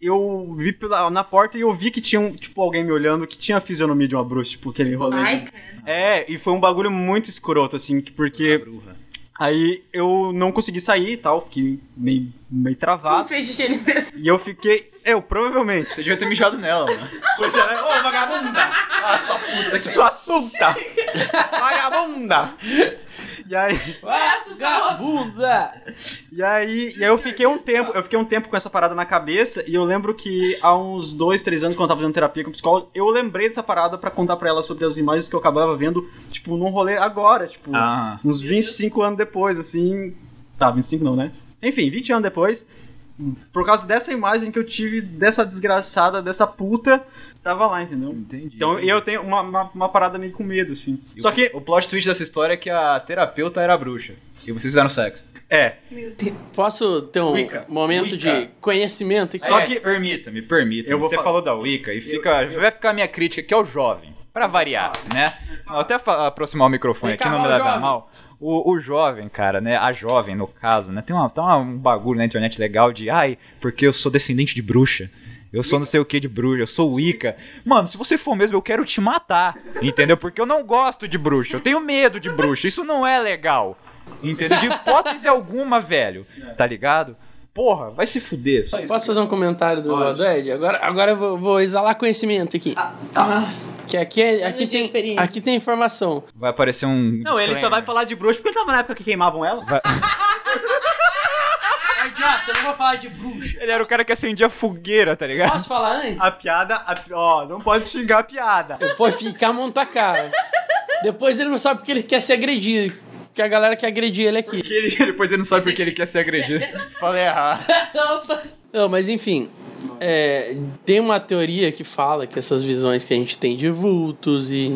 Speaker 3: eu vi pela, na porta e eu vi que tinha, um, tipo, alguém me olhando que tinha a fisionomia de uma bruxa, tipo, aquele rolê.
Speaker 4: Ai,
Speaker 3: É, e foi um bagulho muito escroto, assim, que- porque... Aí eu não consegui sair e tal, fiquei meio,
Speaker 4: não
Speaker 3: meio travado.
Speaker 4: fez xixi ele mesmo.
Speaker 3: E eu fiquei... Eu, provavelmente.
Speaker 2: Você devia ter mijado nela, mano.
Speaker 3: Pois é, ô vagabunda!
Speaker 2: Ah, só puta que
Speaker 3: Sua puta! Vagabunda! E aí,
Speaker 1: Vagabunda!
Speaker 3: e aí, e aí eu fiquei um tempo, eu fiquei um tempo com essa parada na cabeça, e eu lembro que há uns dois, três anos, quando eu tava fazendo terapia com psicólogo, eu lembrei dessa parada pra contar pra ela sobre as imagens que eu acabava vendo, tipo, num rolê agora, tipo,
Speaker 2: Ah.
Speaker 3: uns 25 anos depois, assim. Tá, 25 não, né? Enfim, 20 anos depois. Por causa dessa imagem que eu tive dessa desgraçada, dessa puta, tava lá, entendeu?
Speaker 2: Entendi,
Speaker 3: Então
Speaker 2: entendi.
Speaker 3: eu tenho uma, uma, uma parada meio com medo, assim. Só que.
Speaker 2: O plot twist dessa história é que a terapeuta era bruxa. E vocês fizeram sexo.
Speaker 3: É,
Speaker 1: Posso ter um
Speaker 3: Wicca.
Speaker 1: momento
Speaker 2: Wicca.
Speaker 1: de conhecimento aqui?
Speaker 3: Só
Speaker 2: É,
Speaker 3: que-
Speaker 2: Permita, me permita.
Speaker 3: Eu vou
Speaker 2: Você
Speaker 3: falar.
Speaker 2: falou da Wicca e fica. Vai ficar a minha crítica que é o jovem. Pra variar, né? Vou até fa- aproximar o microfone
Speaker 1: Vem
Speaker 2: aqui,
Speaker 1: cá,
Speaker 2: não me
Speaker 1: vai,
Speaker 2: leva a
Speaker 1: jovem.
Speaker 2: mal. O, o jovem, cara, né? A jovem, no caso, né? Tem, uma, tem uma- um bagulho na internet legal de. Ai, porque eu sou descendente de bruxa. Eu sou não sei o que de bruxa, eu sou Wicca. Mano, se você for mesmo, eu quero te matar. Entendeu? Porque eu não gosto de bruxa. Eu tenho medo de bruxa. Isso não é legal. Entendeu? De hipótese alguma, velho. Tá ligado? Porra, vai se fuder. Só isso.
Speaker 1: Posso fazer um comentário do, do Ed? Agora, agora eu vou, vou exalar conhecimento aqui. Que aqui, é- aqui,
Speaker 4: não tinha
Speaker 1: tem,
Speaker 4: experiência.
Speaker 1: aqui tem informação.
Speaker 2: Vai aparecer um.
Speaker 3: Não, ele só vai
Speaker 2: disclaimer.
Speaker 3: falar de bruxa porque ele tava na época que queimavam ela.
Speaker 1: É idiota, eu não vou falar de bruxa.
Speaker 2: Ele era o cara que acendia fogueira, tá ligado?
Speaker 1: Posso falar antes?
Speaker 3: A piada, a pi- ó, não pode xingar a piada.
Speaker 1: Pô, ficar mão tua cara. Depois ele não sabe porque ele quer ser agredido. Porque a galera quer agredir ele aqui.
Speaker 2: Que ele- depois ele não sabe porque ele quer ser agredido. Falei errado.
Speaker 1: Não, mas enfim. é, tem uma teoria que fala que essas visões que a gente tem de vultos e.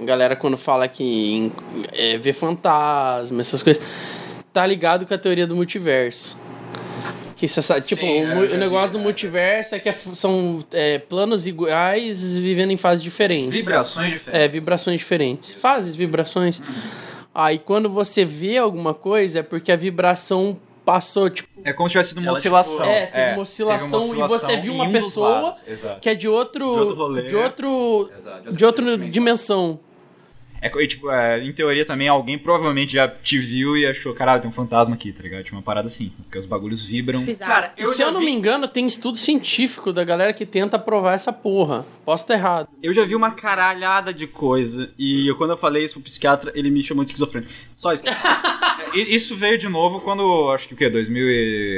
Speaker 1: A galera quando fala que em- é, vê fantasma, essas coisas. Tá ligado com a teoria do multiverso. Que você sabe, tipo,
Speaker 2: Sim, é,
Speaker 1: o,
Speaker 2: eu
Speaker 1: mu-
Speaker 2: já
Speaker 1: o negócio do multiverso é que é f- são é, planos iguais vivendo em fases diferentes.
Speaker 2: Vibrações diferentes.
Speaker 1: É, vibrações diferentes. Fases,
Speaker 2: Uhum.
Speaker 1: vibrações. Aí quando você vê alguma coisa, é porque a vibração passou, tipo,
Speaker 2: É como se tivesse sido uma
Speaker 3: Ela, tipo,
Speaker 2: oscilação.
Speaker 1: é, teve uma oscilação e você viu
Speaker 2: em
Speaker 1: uma
Speaker 2: um dos
Speaker 1: pessoa
Speaker 2: lados, Exato.
Speaker 1: Que é de outro.
Speaker 3: De outro rolê.
Speaker 1: De outro.
Speaker 2: né? Exato,
Speaker 1: De outra dimensão.
Speaker 2: É, co- e, tipo, é, em teoria também, alguém provavelmente já te viu e achou, caralho, tem um fantasma aqui, tá ligado? Tinha uma parada assim, porque os bagulhos vibram.
Speaker 4: Bizarro.
Speaker 3: Cara,
Speaker 1: Tá. E
Speaker 3: eu
Speaker 1: se
Speaker 3: já
Speaker 1: eu não
Speaker 3: vi-
Speaker 1: me engano, tem estudo científico da galera que tenta provar essa porra. Posso estar errado.
Speaker 3: Eu já vi uma caralhada de coisa. E eu- quando eu falei isso pro psiquiatra, ele me chamou de esquizofrênico. Só isso.
Speaker 2: E isso veio de novo quando, acho que o quê?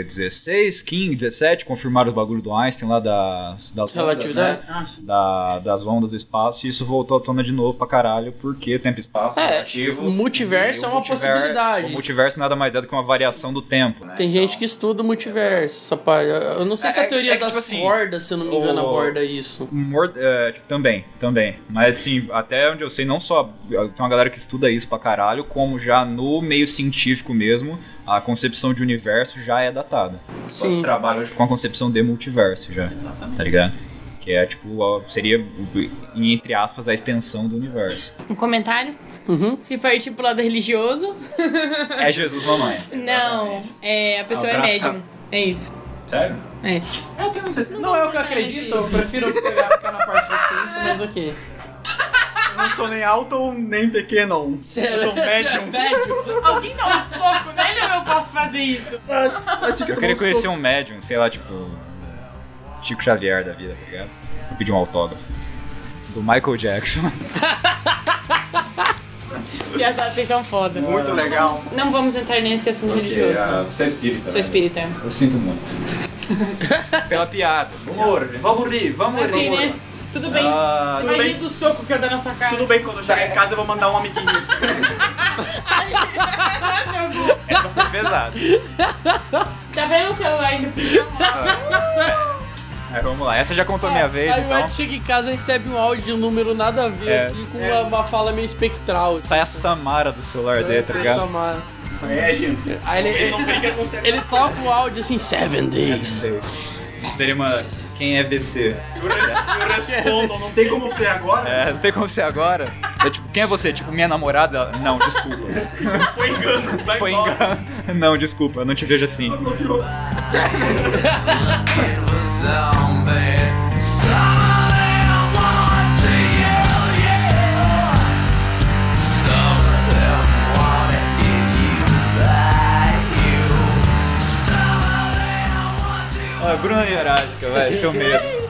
Speaker 2: 2016, 15, 17, confirmaram o bagulho do Einstein lá das, das ondas, né?
Speaker 1: Relatividade.
Speaker 2: Da- das ondas do espaço, e isso voltou à tona de novo pra caralho, porque tempo e espaço
Speaker 1: É,
Speaker 2: relativo,
Speaker 1: o multiverso
Speaker 2: e o
Speaker 1: é uma possibilidade.
Speaker 2: O multiverso nada mais é do que uma variação do tempo, né?
Speaker 1: Tem
Speaker 2: Então,
Speaker 1: gente que estuda o multiverso, essa parte. Eu não sei se
Speaker 2: É,
Speaker 1: a
Speaker 2: é-
Speaker 1: teoria
Speaker 2: é que,
Speaker 1: das
Speaker 2: tipo assim,
Speaker 1: cordas, se eu não me engano,
Speaker 2: o-
Speaker 1: aborda isso.
Speaker 2: Mor- é, tipo, também, também. Mas assim, até onde eu sei, não só tem uma galera que estuda isso pra caralho, como já no meio científico mesmo, a concepção de universo já é datada. Só se
Speaker 1: Sim.
Speaker 2: trabalha hoje com a concepção de multiverso já, tá ligado? Que é tipo, a- seria, o- em- entre aspas, a extensão do universo.
Speaker 4: Um comentário?
Speaker 3: Uhum.
Speaker 4: Se partir pro lado religioso.
Speaker 2: É Jesus mamãe.
Speaker 4: Não, é, a pessoa é
Speaker 2: Abraço,
Speaker 4: médium. É isso.
Speaker 2: Sério?
Speaker 4: É.
Speaker 1: Não é o que eu acredito, eu prefiro pegar- ficar na parte da ciência, mas ok.
Speaker 3: Eu não sou nem alto nem pequeno. Eu
Speaker 1: é-
Speaker 3: sou um médium.
Speaker 6: Alguém dá um soco nele ou eu posso fazer isso?
Speaker 2: Eu queria conhecer um médium, sei lá, tipo. Chico Xavier da vida, tá ligado? Vou pedir um autógrafo. Do Michael Jackson.
Speaker 4: Piazada, vocês são foda.
Speaker 2: um
Speaker 3: Muito legal.
Speaker 4: Não vamos entrar nesse assunto religioso.
Speaker 2: você é espírita.
Speaker 3: ah,
Speaker 4: Sou espírita.
Speaker 3: tá
Speaker 2: Eu sinto muito. Pela piada. Vamos rir, vamos rir, vamos
Speaker 4: Assim, né? Tudo bem.
Speaker 2: Ah,
Speaker 4: Você
Speaker 3: tudo
Speaker 4: vai
Speaker 3: bem.
Speaker 4: rir do soco que eu dar na sua cara.
Speaker 3: Tudo bem, quando eu chegar em casa eu vou mandar um amiguinho.
Speaker 2: Essa foi pesada.
Speaker 4: Tá vendo o celular indo pro chão?
Speaker 2: Mas vamos lá, essa já contou minha
Speaker 4: É,
Speaker 2: vez,
Speaker 1: Aí
Speaker 2: então.
Speaker 1: o Ed chega em casa e recebe um áudio de um número nada a ver,
Speaker 2: É.
Speaker 1: assim, com uma, uma fala meio espectral. Assim.
Speaker 2: Sai a Samara do celular dele, tá ligado?
Speaker 1: Samara.
Speaker 3: É, gente.
Speaker 1: Aí ele,
Speaker 3: Ele não
Speaker 1: ele,
Speaker 3: brinca com você.
Speaker 1: ele toca o áudio assim, seven days.
Speaker 2: Teria uma. Quem é VC?
Speaker 3: Eu respondo, não tem como ser agora.
Speaker 2: É, não tem como ser agora. É tipo, quem é você? Tipo, minha namorada? Não, desculpa.
Speaker 3: Foi engano. Vai
Speaker 2: Foi
Speaker 3: embora.
Speaker 2: engano. Não, desculpa, eu não te vejo assim. Ah, Bruna Hierática, vai, seu medo.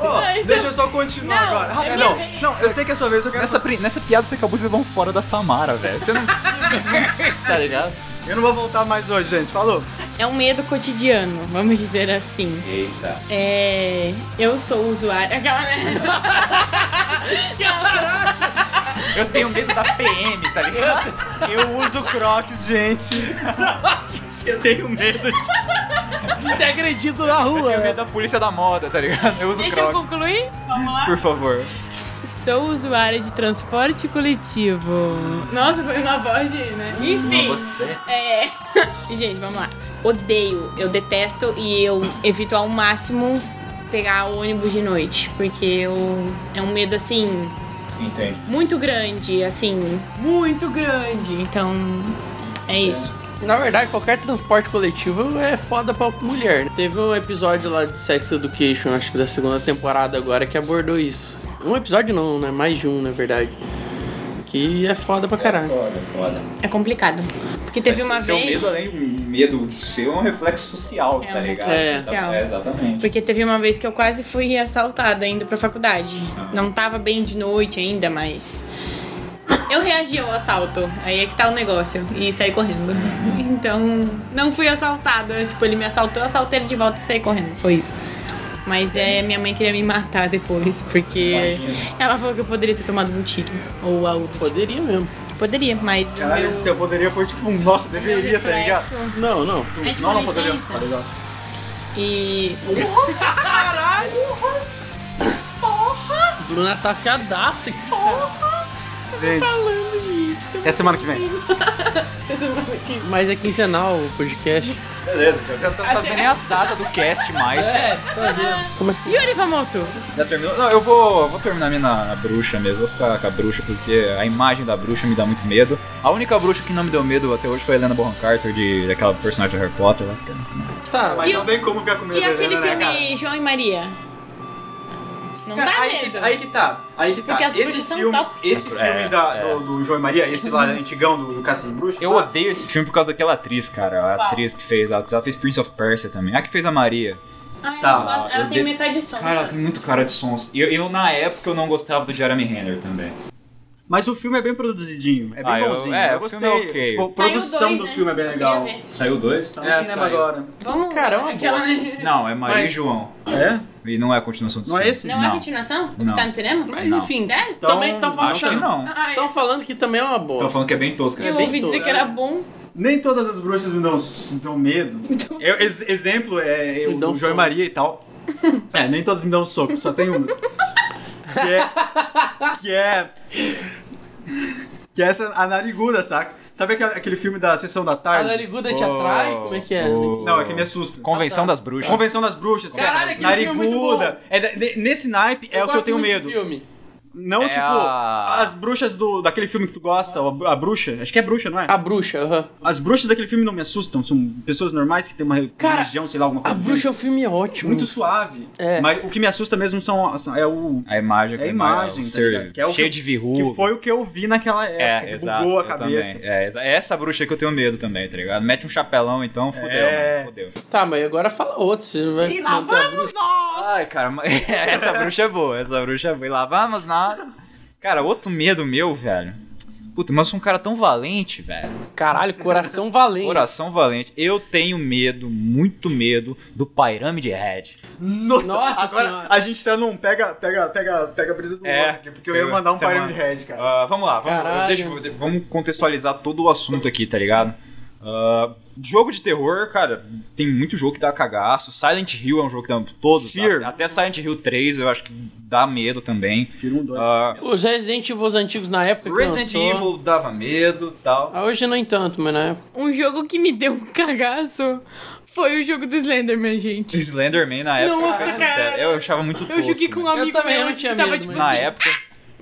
Speaker 3: Ó, deixa eu só continuar
Speaker 4: é- Não,
Speaker 3: agora.
Speaker 4: é
Speaker 3: Ah,
Speaker 4: minha
Speaker 3: não,
Speaker 4: vez.
Speaker 3: não, eu sei que é sua vez, eu quero.
Speaker 2: Nessa, pri- nessa piada você acabou de levar um fora da Samara, velho. Você não. tá ligado?
Speaker 3: Eu não vou voltar mais hoje, gente. Falou.
Speaker 4: É um medo cotidiano, vamos dizer assim.
Speaker 2: Eita.
Speaker 4: É. Eu sou usuário. Aquela, né?
Speaker 2: Eu tenho medo da PM, tá ligado?
Speaker 3: Eu uso Crocs, gente. Eu tenho medo de.
Speaker 1: De ser agredido na rua.
Speaker 2: Eu tenho medo da polícia da moda, tá ligado? Eu uso
Speaker 4: Deixa eu
Speaker 2: croc,
Speaker 4: concluir?
Speaker 2: por favor.
Speaker 4: Sou usuária de transporte coletivo. Nossa, foi uma voz de, né? Enfim. É. Gente, vamos lá. Odeio, eu detesto e eu evito ao máximo pegar o ônibus de noite, porque eu é um medo assim
Speaker 2: Entende.
Speaker 4: muito grande, assim, muito grande. Então, é isso.
Speaker 1: Na verdade, qualquer transporte coletivo é foda pra mulher. né? Teve um episódio lá de Sex Education, acho que da segunda temporada agora, que abordou isso. Um episódio não, né? Mais de um, na verdade. Que é foda pra caralho.
Speaker 2: Foda, foda.
Speaker 4: É complicado. Porque teve uma
Speaker 2: seu
Speaker 4: vez
Speaker 2: é medo, além de um medo seu, é um reflexo social,
Speaker 4: É
Speaker 2: tá
Speaker 4: um
Speaker 2: ligado?
Speaker 1: reflexo
Speaker 2: Você tá-
Speaker 4: social.
Speaker 2: É, exatamente.
Speaker 4: Porque teve uma vez que eu quase fui assaltada indo pra faculdade. Não tava bem de noite ainda, mas. Eu reagi ao assalto. Aí é que tá o negócio. E saí correndo. Então, não fui assaltada. Tipo, ele me assaltou, eu assaltei ele de volta e saí correndo. Foi isso. Mas é, minha mãe queria me matar depois, porque ela falou que eu poderia ter tomado um tiro. Ou algo. tipo.
Speaker 1: Poderia mesmo.
Speaker 4: Poderia, mas. o
Speaker 3: Caralho,
Speaker 4: meu-
Speaker 3: se eu poderia, foi tipo um. Nossa,
Speaker 4: o meu
Speaker 3: deveria, tá ligado?
Speaker 4: reflexo-
Speaker 1: Não, não.
Speaker 4: É tipo,
Speaker 3: Não, não poderia.
Speaker 4: licença.
Speaker 3: Tá ligado?
Speaker 4: E.
Speaker 1: Bruna tá afiadaça. aqui.
Speaker 4: Porra!
Speaker 3: Gente,
Speaker 4: falando, gente. Tô
Speaker 3: até semana que vem.
Speaker 1: Mas é quinzenal o podcast.
Speaker 2: Beleza, cara. Você não tá sabendo nem as datas do cast mais.
Speaker 1: É, você tá vendo. Como assim?
Speaker 4: Yuri Vamoto.
Speaker 2: Já terminou? Não, eu vou, vou terminar minha na, na bruxa mesmo. Vou ficar com a bruxa porque a imagem da bruxa me dá muito medo. A única bruxa que não me deu medo até hoje foi a Helena Bonham Carter, de, daquela personagem do Harry Potter. Né?
Speaker 1: Tá,
Speaker 3: Mas
Speaker 4: E
Speaker 3: não
Speaker 4: o-
Speaker 3: tem como ficar com medo
Speaker 4: E
Speaker 3: dela,
Speaker 4: aquele
Speaker 3: né,
Speaker 4: filme
Speaker 3: cara?
Speaker 4: João e Maria? Não
Speaker 3: Cara,
Speaker 4: dá
Speaker 3: aí, que,
Speaker 4: medo.
Speaker 3: aí que tá, aí que tá.
Speaker 4: Porque as
Speaker 3: esse
Speaker 4: bruxas são
Speaker 3: filme,
Speaker 4: top.
Speaker 3: Esse filme
Speaker 2: É,
Speaker 3: da-
Speaker 2: é.
Speaker 3: Do, do João e Maria, esse lá antigão do, do Caça de Bruxas. tá?
Speaker 2: Eu
Speaker 3: lá,
Speaker 2: odeio esse filme por causa daquela atriz, cara. A atriz que fez, ela, ela fez Prince of Persia também. A que fez a Maria.
Speaker 4: Ah, eu
Speaker 3: Tá,
Speaker 4: não gosto. Ela
Speaker 2: eu
Speaker 4: tem
Speaker 2: de-
Speaker 4: meio cara de som.
Speaker 2: Cara, ela tem muito cara de sons. E eu, eu, na época, eu não gostava do Jeremy Renner também.
Speaker 3: Mas o filme é bem produzidinho, é bem
Speaker 2: Ah, eu-
Speaker 3: bonzinho.
Speaker 2: é,
Speaker 3: eu
Speaker 2: o filme
Speaker 3: gostei.
Speaker 2: é ok.
Speaker 3: Tipo, a
Speaker 2: Saiu
Speaker 3: produção
Speaker 4: dois,
Speaker 3: do
Speaker 4: né?
Speaker 3: filme é bem
Speaker 4: Eu
Speaker 3: legal.
Speaker 4: queria ver.
Speaker 2: Saiu dois?
Speaker 3: Tá
Speaker 2: É,
Speaker 3: no cinema
Speaker 2: saiu.
Speaker 3: agora.
Speaker 4: Vamos.
Speaker 1: Cara, é uma
Speaker 4: aquela-
Speaker 2: Não, é Maria
Speaker 1: Mas-
Speaker 2: e João.
Speaker 3: É?
Speaker 2: E não é a continuação desse
Speaker 3: Não é
Speaker 2: filme.
Speaker 3: esse?
Speaker 4: Não, é continuação? O
Speaker 2: Não.
Speaker 4: que tá no cinema?
Speaker 1: mas
Speaker 2: Não.
Speaker 1: enfim.
Speaker 4: Sério?
Speaker 3: Então,
Speaker 1: também estão falando,
Speaker 2: Acho que não.
Speaker 4: Ai,
Speaker 1: tão falando que também é uma boa.
Speaker 2: Tô falando que é bem tosca.
Speaker 1: É
Speaker 4: eu
Speaker 2: esse
Speaker 1: bem
Speaker 4: ouvi dizer
Speaker 1: tosco.
Speaker 4: que era bom.
Speaker 3: Nem todas as bruxas me dão, me dão medo. Eu- ex- exemplo é
Speaker 1: Me
Speaker 3: eu,
Speaker 1: dão
Speaker 3: do João e
Speaker 1: soco.
Speaker 3: Maria e tal. É, nem todas me dão soco, só tem umas. Que é. Que é. Que é essa, a nariguda, saca? Sabe aquele, aquele filme da Sessão da
Speaker 1: A
Speaker 3: Tarde?
Speaker 1: nariguda te atrai? Como é que é?
Speaker 2: Oh.
Speaker 1: Nick?
Speaker 3: Não, é que me assusta.
Speaker 2: Convenção das Bruxas.
Speaker 3: Convenção das Bruxas.
Speaker 1: Caralho,
Speaker 3: cara.
Speaker 1: aquele filme é muito bom.
Speaker 3: É da- de- nesse naipe é o que eu
Speaker 1: gosto
Speaker 3: tenho
Speaker 1: muito desse
Speaker 3: medo.
Speaker 1: Filme.
Speaker 3: Não,
Speaker 2: É
Speaker 3: tipo,
Speaker 2: a-
Speaker 3: as bruxas do, daquele filme que tu gosta, a, a bruxa. Acho que é bruxa, não é?
Speaker 1: A bruxa, aham.
Speaker 3: As bruxas daquele filme não me assustam. São pessoas normais que têm uma re-
Speaker 1: Cara,
Speaker 3: religião, sei lá, alguma
Speaker 1: A
Speaker 3: coisa.
Speaker 1: bruxa é um filme ótimo.
Speaker 3: muito suave.
Speaker 1: É.
Speaker 3: Mas o que me assusta mesmo são, são- é o
Speaker 2: A imagem,
Speaker 3: é a
Speaker 2: que-
Speaker 3: imagem,
Speaker 2: o
Speaker 3: tá
Speaker 2: um ser
Speaker 3: ligado? Que é o
Speaker 2: cheio
Speaker 3: que-
Speaker 2: de verruga.
Speaker 3: que foi o que eu vi naquela época.
Speaker 2: É,
Speaker 3: que
Speaker 2: exato.
Speaker 3: bugou a
Speaker 2: eu
Speaker 3: cabeça.
Speaker 2: também. É, exa- é essa bruxa aí que eu tenho medo também, tá ligado? Mete um chapelão então, fodeu,
Speaker 3: É.
Speaker 2: mano, fodeu.
Speaker 1: Tá, mas agora fala outro. Você não vai...
Speaker 6: E lá
Speaker 1: não tá- tem a
Speaker 6: vamos nós!
Speaker 2: Ai, cara, mas- essa bruxa é boa, essa bruxa é boa. E lá vamos nós. Cara, outro medo meu, velho. Puta, mas eu sou um cara tão valente, velho.
Speaker 1: bruxa. Caralho, coração valente.
Speaker 2: Coração valente. Eu tenho medo, muito medo, do Pyramid Head.
Speaker 3: Nossa,
Speaker 1: Nossa
Speaker 3: agora
Speaker 1: senhora.
Speaker 3: a gente tá num pega, pega, pega, pega a brisa do outro aqui, porque eu ia
Speaker 2: É, pega-
Speaker 3: mandar um
Speaker 2: semana.
Speaker 3: Pyramid Head, cara.
Speaker 2: Ah, vamos lá, vamos,
Speaker 1: Caralho.
Speaker 2: deixa eu- vamos contextualizar todo o assunto aqui, tá ligado? Ah, jogo de terror, cara, tem muito jogo que dá cagaço. Silent Hill é um jogo que dá todos.
Speaker 3: Fear.
Speaker 2: a- Até Silent Hill 3 eu acho que dá medo também.
Speaker 3: Fear um, dois.
Speaker 2: Ah,
Speaker 1: Os Resident Evil antigos na época que
Speaker 2: Resident
Speaker 1: lançou.
Speaker 2: Evil dava medo tal.
Speaker 1: Ah, hoje não tanto, mas na época.
Speaker 4: Um jogo que me deu um cagaço foi o jogo do Slenderman, gente.
Speaker 2: Slenderman na época,
Speaker 4: Nossa,
Speaker 2: foi sincero,
Speaker 6: cara.
Speaker 2: eu achava muito tosco.
Speaker 4: Eu joguei com um
Speaker 2: né?
Speaker 1: Eu
Speaker 4: amigo
Speaker 1: também
Speaker 4: meu,
Speaker 1: não
Speaker 4: a gente
Speaker 1: tinha
Speaker 4: tava
Speaker 1: medo,
Speaker 4: tipo
Speaker 2: Na
Speaker 4: assim,
Speaker 2: época.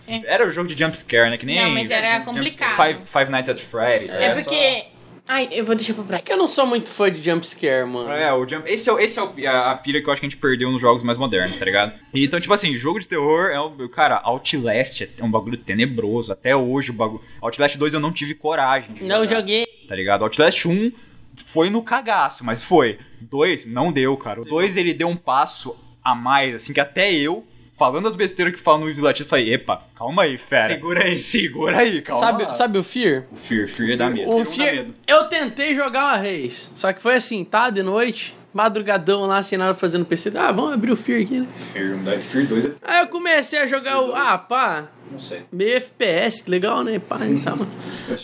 Speaker 2: Era o jogo de jumpscare, né? Que nem.
Speaker 4: Não, mas era complicado.
Speaker 2: Five, Five Nights at Freddy.
Speaker 4: É porque. Ai, eu vou deixar pra
Speaker 1: É
Speaker 4: praia.
Speaker 1: que eu não sou muito fã de jumpscare, mano.
Speaker 2: É, o Jump. Esse é, o- esse é o- a, a pira que eu acho que a gente perdeu nos jogos mais modernos, tá ligado? Então, tipo assim, jogo de terror é um. Cara, Outlast é um bagulho tenebroso. Até hoje o bagulho. Outlast 2 eu não tive coragem. de
Speaker 1: Não
Speaker 2: jogar,
Speaker 1: joguei.
Speaker 2: Tá ligado? Outlast 1 foi no cagaço, mas foi. 2 não deu, cara. O 2 ele deu um passo a mais, assim, que até eu. Falando as besteiras que falam no vídeo latino, eu falei, epa, calma aí, fera.
Speaker 3: Segura aí.
Speaker 2: Segura aí, calma lá.
Speaker 1: Sabe, sabe o Fear?
Speaker 2: O Fear, Fear da medo.
Speaker 1: O
Speaker 3: dá
Speaker 1: Fear.
Speaker 3: medo.
Speaker 1: Eu tentei jogar uma vez. Só que foi assim, tá? De noite, madrugadão lá, sem nada fazendo PC. Ah, vamos abrir o Fear aqui, né?
Speaker 2: Fear, um da- Fear 2 é...
Speaker 1: Aí eu comecei a jogar o. Ah, pá.
Speaker 2: Não sei.
Speaker 1: Meio FPS, que legal, né? Pá, e tal.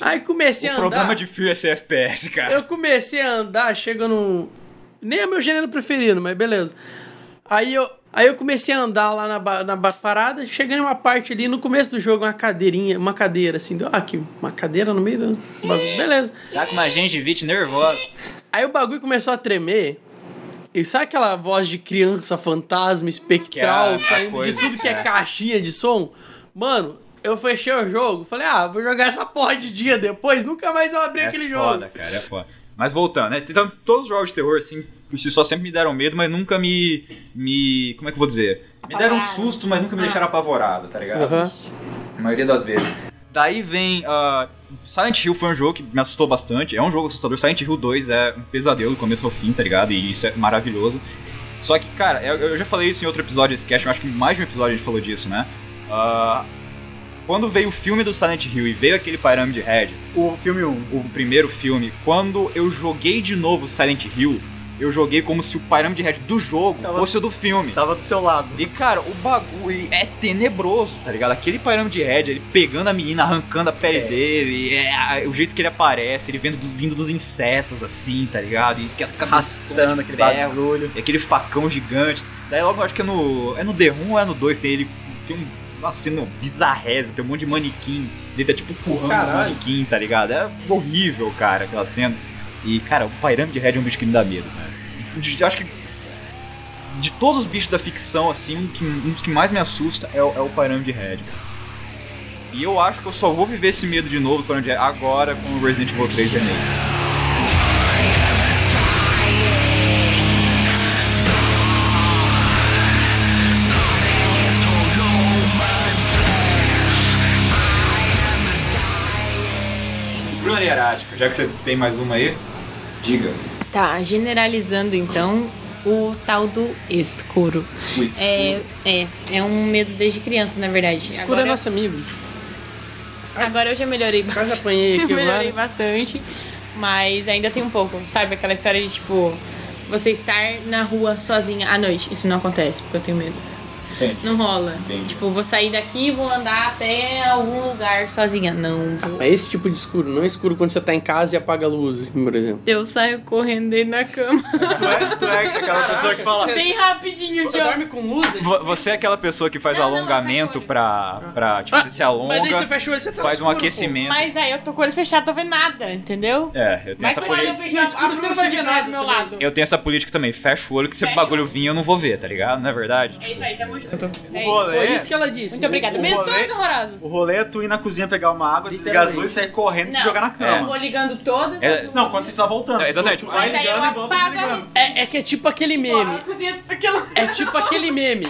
Speaker 1: Aí comecei a
Speaker 2: O
Speaker 1: andar.
Speaker 2: problema de Fear é ser FPS, cara.
Speaker 1: Eu comecei a andar, chega num. Nem é meu gênero preferido, mas beleza. Aí eu, aí eu comecei a andar lá na, ba- na ba- parada, chegando em uma parte ali, no começo do jogo, uma cadeirinha, uma cadeira, assim, deu, ah, aqui, uma cadeira no meio do bagulho, beleza.
Speaker 2: Tá com uma gengivite nervosa.
Speaker 1: Aí o bagulho começou a tremer, e sabe aquela voz de criança, fantasma,
Speaker 2: Que
Speaker 1: espectral,
Speaker 2: é a
Speaker 1: saindo
Speaker 2: coisa,
Speaker 1: de tudo que é,
Speaker 2: é.
Speaker 1: caixinha de som? Mano, eu fechei o jogo, falei, ah, vou jogar essa porra de dia depois, nunca mais eu abri
Speaker 2: É
Speaker 1: aquele jogo.
Speaker 2: foda, cara, é foda. Mas voltando, né? Então, todos os jogos de terror, assim, por si só sempre me deram medo, mas nunca me. me. como é que eu vou dizer? Me deram um susto, mas nunca me deixaram apavorado, tá ligado?
Speaker 1: Aham.
Speaker 2: A maioria das vezes. Daí vem. ah, Silent Hill foi um jogo que me assustou bastante. É um jogo assustador. Silent Hill 2 é um pesadelo do começo ao fim, tá ligado? E isso é maravilhoso. Só que, cara, eu, eu já falei isso em outro episódio desse cast, eu acho que em mais de um episódio a gente falou disso, né? Ah, quando veio o filme do Silent Hill e veio aquele Pyramid Head,
Speaker 3: O filme 1.
Speaker 2: o primeiro filme, quando eu joguei de novo Silent Hill, eu joguei como se o Pyramid Head do jogo
Speaker 3: Tava-
Speaker 2: fosse o do filme.
Speaker 3: Tava do seu lado.
Speaker 2: E cara, o bagulho é tenebroso, tá ligado? Aquele Pyramid Head, ele pegando a menina, arrancando a pele dele, é, o jeito que ele aparece, ele vendo, vindo dos insetos assim, tá ligado? E aquela cabeçona
Speaker 3: Arrastando
Speaker 2: de
Speaker 3: aquele
Speaker 2: ferro,
Speaker 3: barulho.
Speaker 2: e aquele facão gigante. Daí logo eu acho que é no. É no The Room ou é no 2, tem ele. Tem um, uma cena bizarrésima, tem um monte de manequim Ele tá tipo empurrando o
Speaker 1: Caralho.
Speaker 2: manequim, tá ligado? É horrível, cara, aquela cena. E, cara, o Pirâmide Red é um bicho que me dá medo, cara. De- de- acho que. De todos os bichos da ficção, assim, um, que- um dos que mais me assusta é, o- é o Pirâmide Red. E eu acho que eu só vou viver esse medo de novo do Pirâmide Red agora com o Resident Evil 3 Remake. Bruno Hierático, já que você tem mais uma aí, diga.
Speaker 4: Tá, generalizando então o tal do escuro.
Speaker 2: O escuro.
Speaker 4: É, é, é um medo desde criança, na verdade.
Speaker 1: Escuro
Speaker 4: agora,
Speaker 1: é nosso amigo.
Speaker 4: agora eu já melhorei
Speaker 1: Quase
Speaker 4: bastante.
Speaker 1: apanhei aqui
Speaker 4: Eu melhorei
Speaker 1: agora.
Speaker 4: bastante, mas ainda tem um pouco. Sabe aquela história de tipo, você estar na rua sozinha à noite? Isso não acontece, porque eu tenho medo.
Speaker 2: Entendi.
Speaker 4: Não rola.
Speaker 2: Entendi.
Speaker 4: Tipo, vou sair daqui e vou andar até algum lugar sozinha. Não vou.
Speaker 1: É esse tipo de escuro, não é escuro quando você tá em casa e apaga a luz, assim, por exemplo.
Speaker 4: Eu saio correndo dentro da cama.
Speaker 2: Tu é, tu é aquela pessoa que fala.
Speaker 4: Bem rapidinho aqui, ó.
Speaker 1: com luz?
Speaker 2: Vo- Você é aquela pessoa que faz
Speaker 4: Não, não,
Speaker 2: alongamento
Speaker 4: faz
Speaker 2: pra, pra. Tipo, você se alonga,
Speaker 1: Mas daí você fecha o olho, você tá no
Speaker 2: faz um
Speaker 1: escuro,
Speaker 2: aquecimento.
Speaker 4: Mas aí eu tô com o olho fechado, tô vendo nada, entendeu?
Speaker 2: É, eu tenho
Speaker 4: Mas
Speaker 2: essa
Speaker 4: quando eu
Speaker 2: política.
Speaker 4: fechar,
Speaker 1: escuro,
Speaker 4: a
Speaker 1: você não
Speaker 4: bruxa
Speaker 1: vai
Speaker 4: de
Speaker 1: ver
Speaker 4: pé
Speaker 1: nada
Speaker 4: do meu
Speaker 1: também.
Speaker 4: lado.
Speaker 2: Eu tenho essa política também. Fecha o olho que se o
Speaker 4: Fecha.
Speaker 2: bagulho vir eu não vou ver, tá ligado? Não é verdade?
Speaker 4: É isso aí, tamo junto. É isso.
Speaker 3: rolê,
Speaker 1: Foi isso que ela disse.
Speaker 4: Muito obrigada.
Speaker 3: O
Speaker 4: Menções
Speaker 3: rolê-
Speaker 4: horrorosas.
Speaker 3: o rolê é tu ir na cozinha pegar uma água, desligar as
Speaker 1: Literalmente.
Speaker 3: luzes, sair correndo e se jogar na
Speaker 4: eu
Speaker 3: cama.
Speaker 4: vou ligando todas.
Speaker 2: É.
Speaker 4: as luzes.
Speaker 3: Não, quando você tá voltando.
Speaker 2: É, exatamente.
Speaker 3: Tu, tu vai
Speaker 4: Mas aí eu
Speaker 3: ligando e volta
Speaker 4: apago a
Speaker 3: desligando.
Speaker 4: luz.
Speaker 1: É, é que é tipo aquele meme.
Speaker 6: Cozinha,
Speaker 4: tá
Speaker 6: aquela...
Speaker 1: É tipo aquele meme.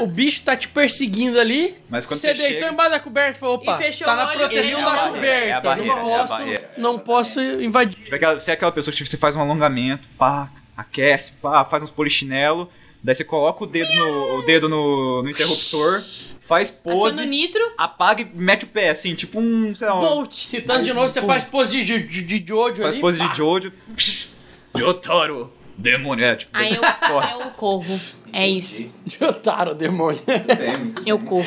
Speaker 1: O bicho tá te perseguindo ali.
Speaker 2: Mas quando
Speaker 1: você
Speaker 2: você
Speaker 1: deitou
Speaker 2: chega-
Speaker 1: embaixo da coberta e falou, opa,
Speaker 4: E fechou
Speaker 1: tá
Speaker 4: o
Speaker 1: na
Speaker 4: olho,
Speaker 1: proteção
Speaker 4: é
Speaker 1: da
Speaker 4: a barreira,
Speaker 2: é a
Speaker 1: coberta.
Speaker 2: barreira,
Speaker 1: não
Speaker 2: é a
Speaker 1: posso,
Speaker 2: barreira.
Speaker 1: não posso invadir.
Speaker 2: Tipo, aquela- você é aquela pessoa que tipo, você faz um alongamento, pá, aquece, pá, faz uns polichinelo, daí você coloca o dedo no, o dedo no, no interruptor, faz
Speaker 4: Aciono
Speaker 2: pose,
Speaker 4: nitro.
Speaker 2: apaga e mete o pé, assim, tipo um, sei lá, um,
Speaker 1: Bolt. Citando de novo, você faz pose de, de, de Jojo
Speaker 2: faz
Speaker 1: ali.
Speaker 2: pose
Speaker 1: pá.
Speaker 2: de Jojo. Yotaro, demônio, é, tipo,
Speaker 4: Aí eu,
Speaker 2: corre.
Speaker 4: eu corro. É isso.
Speaker 1: De otário, demônio.
Speaker 4: Eu corro.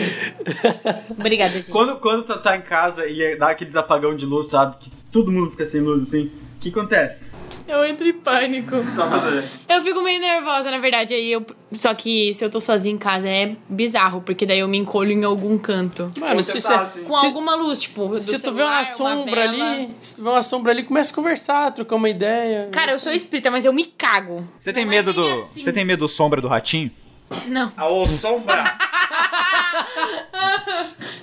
Speaker 4: Obrigada, gente.
Speaker 3: Quando, quando tu tá em casa e é- dá aqueles apagão de luz, sabe? Que todo mundo fica sem luz assim. O que acontece?
Speaker 4: Eu entro em pânico.
Speaker 3: Só pra saber.
Speaker 4: Eu fico meio nervosa, na verdade. Aí eu... Só que se eu tô sozinha em casa é bizarro, porque daí eu me encolho em algum canto.
Speaker 1: Mano,
Speaker 3: Você
Speaker 1: se
Speaker 3: tá
Speaker 1: você...
Speaker 3: assim.
Speaker 4: Com
Speaker 1: Se-
Speaker 4: alguma luz, tipo. do
Speaker 1: Se tu vê
Speaker 4: celular,
Speaker 1: uma sombra
Speaker 4: vela.
Speaker 1: ali, se tu vê uma sombra ali, começa a conversar, trocar uma ideia.
Speaker 4: Cara, eu sou espírita, mas eu me cago.
Speaker 2: Você tem
Speaker 4: Não é
Speaker 2: medo
Speaker 4: bem
Speaker 2: do.
Speaker 4: assim.
Speaker 2: Você tem medo do sombra do ratinho?
Speaker 4: Não,
Speaker 3: Aô, sombra!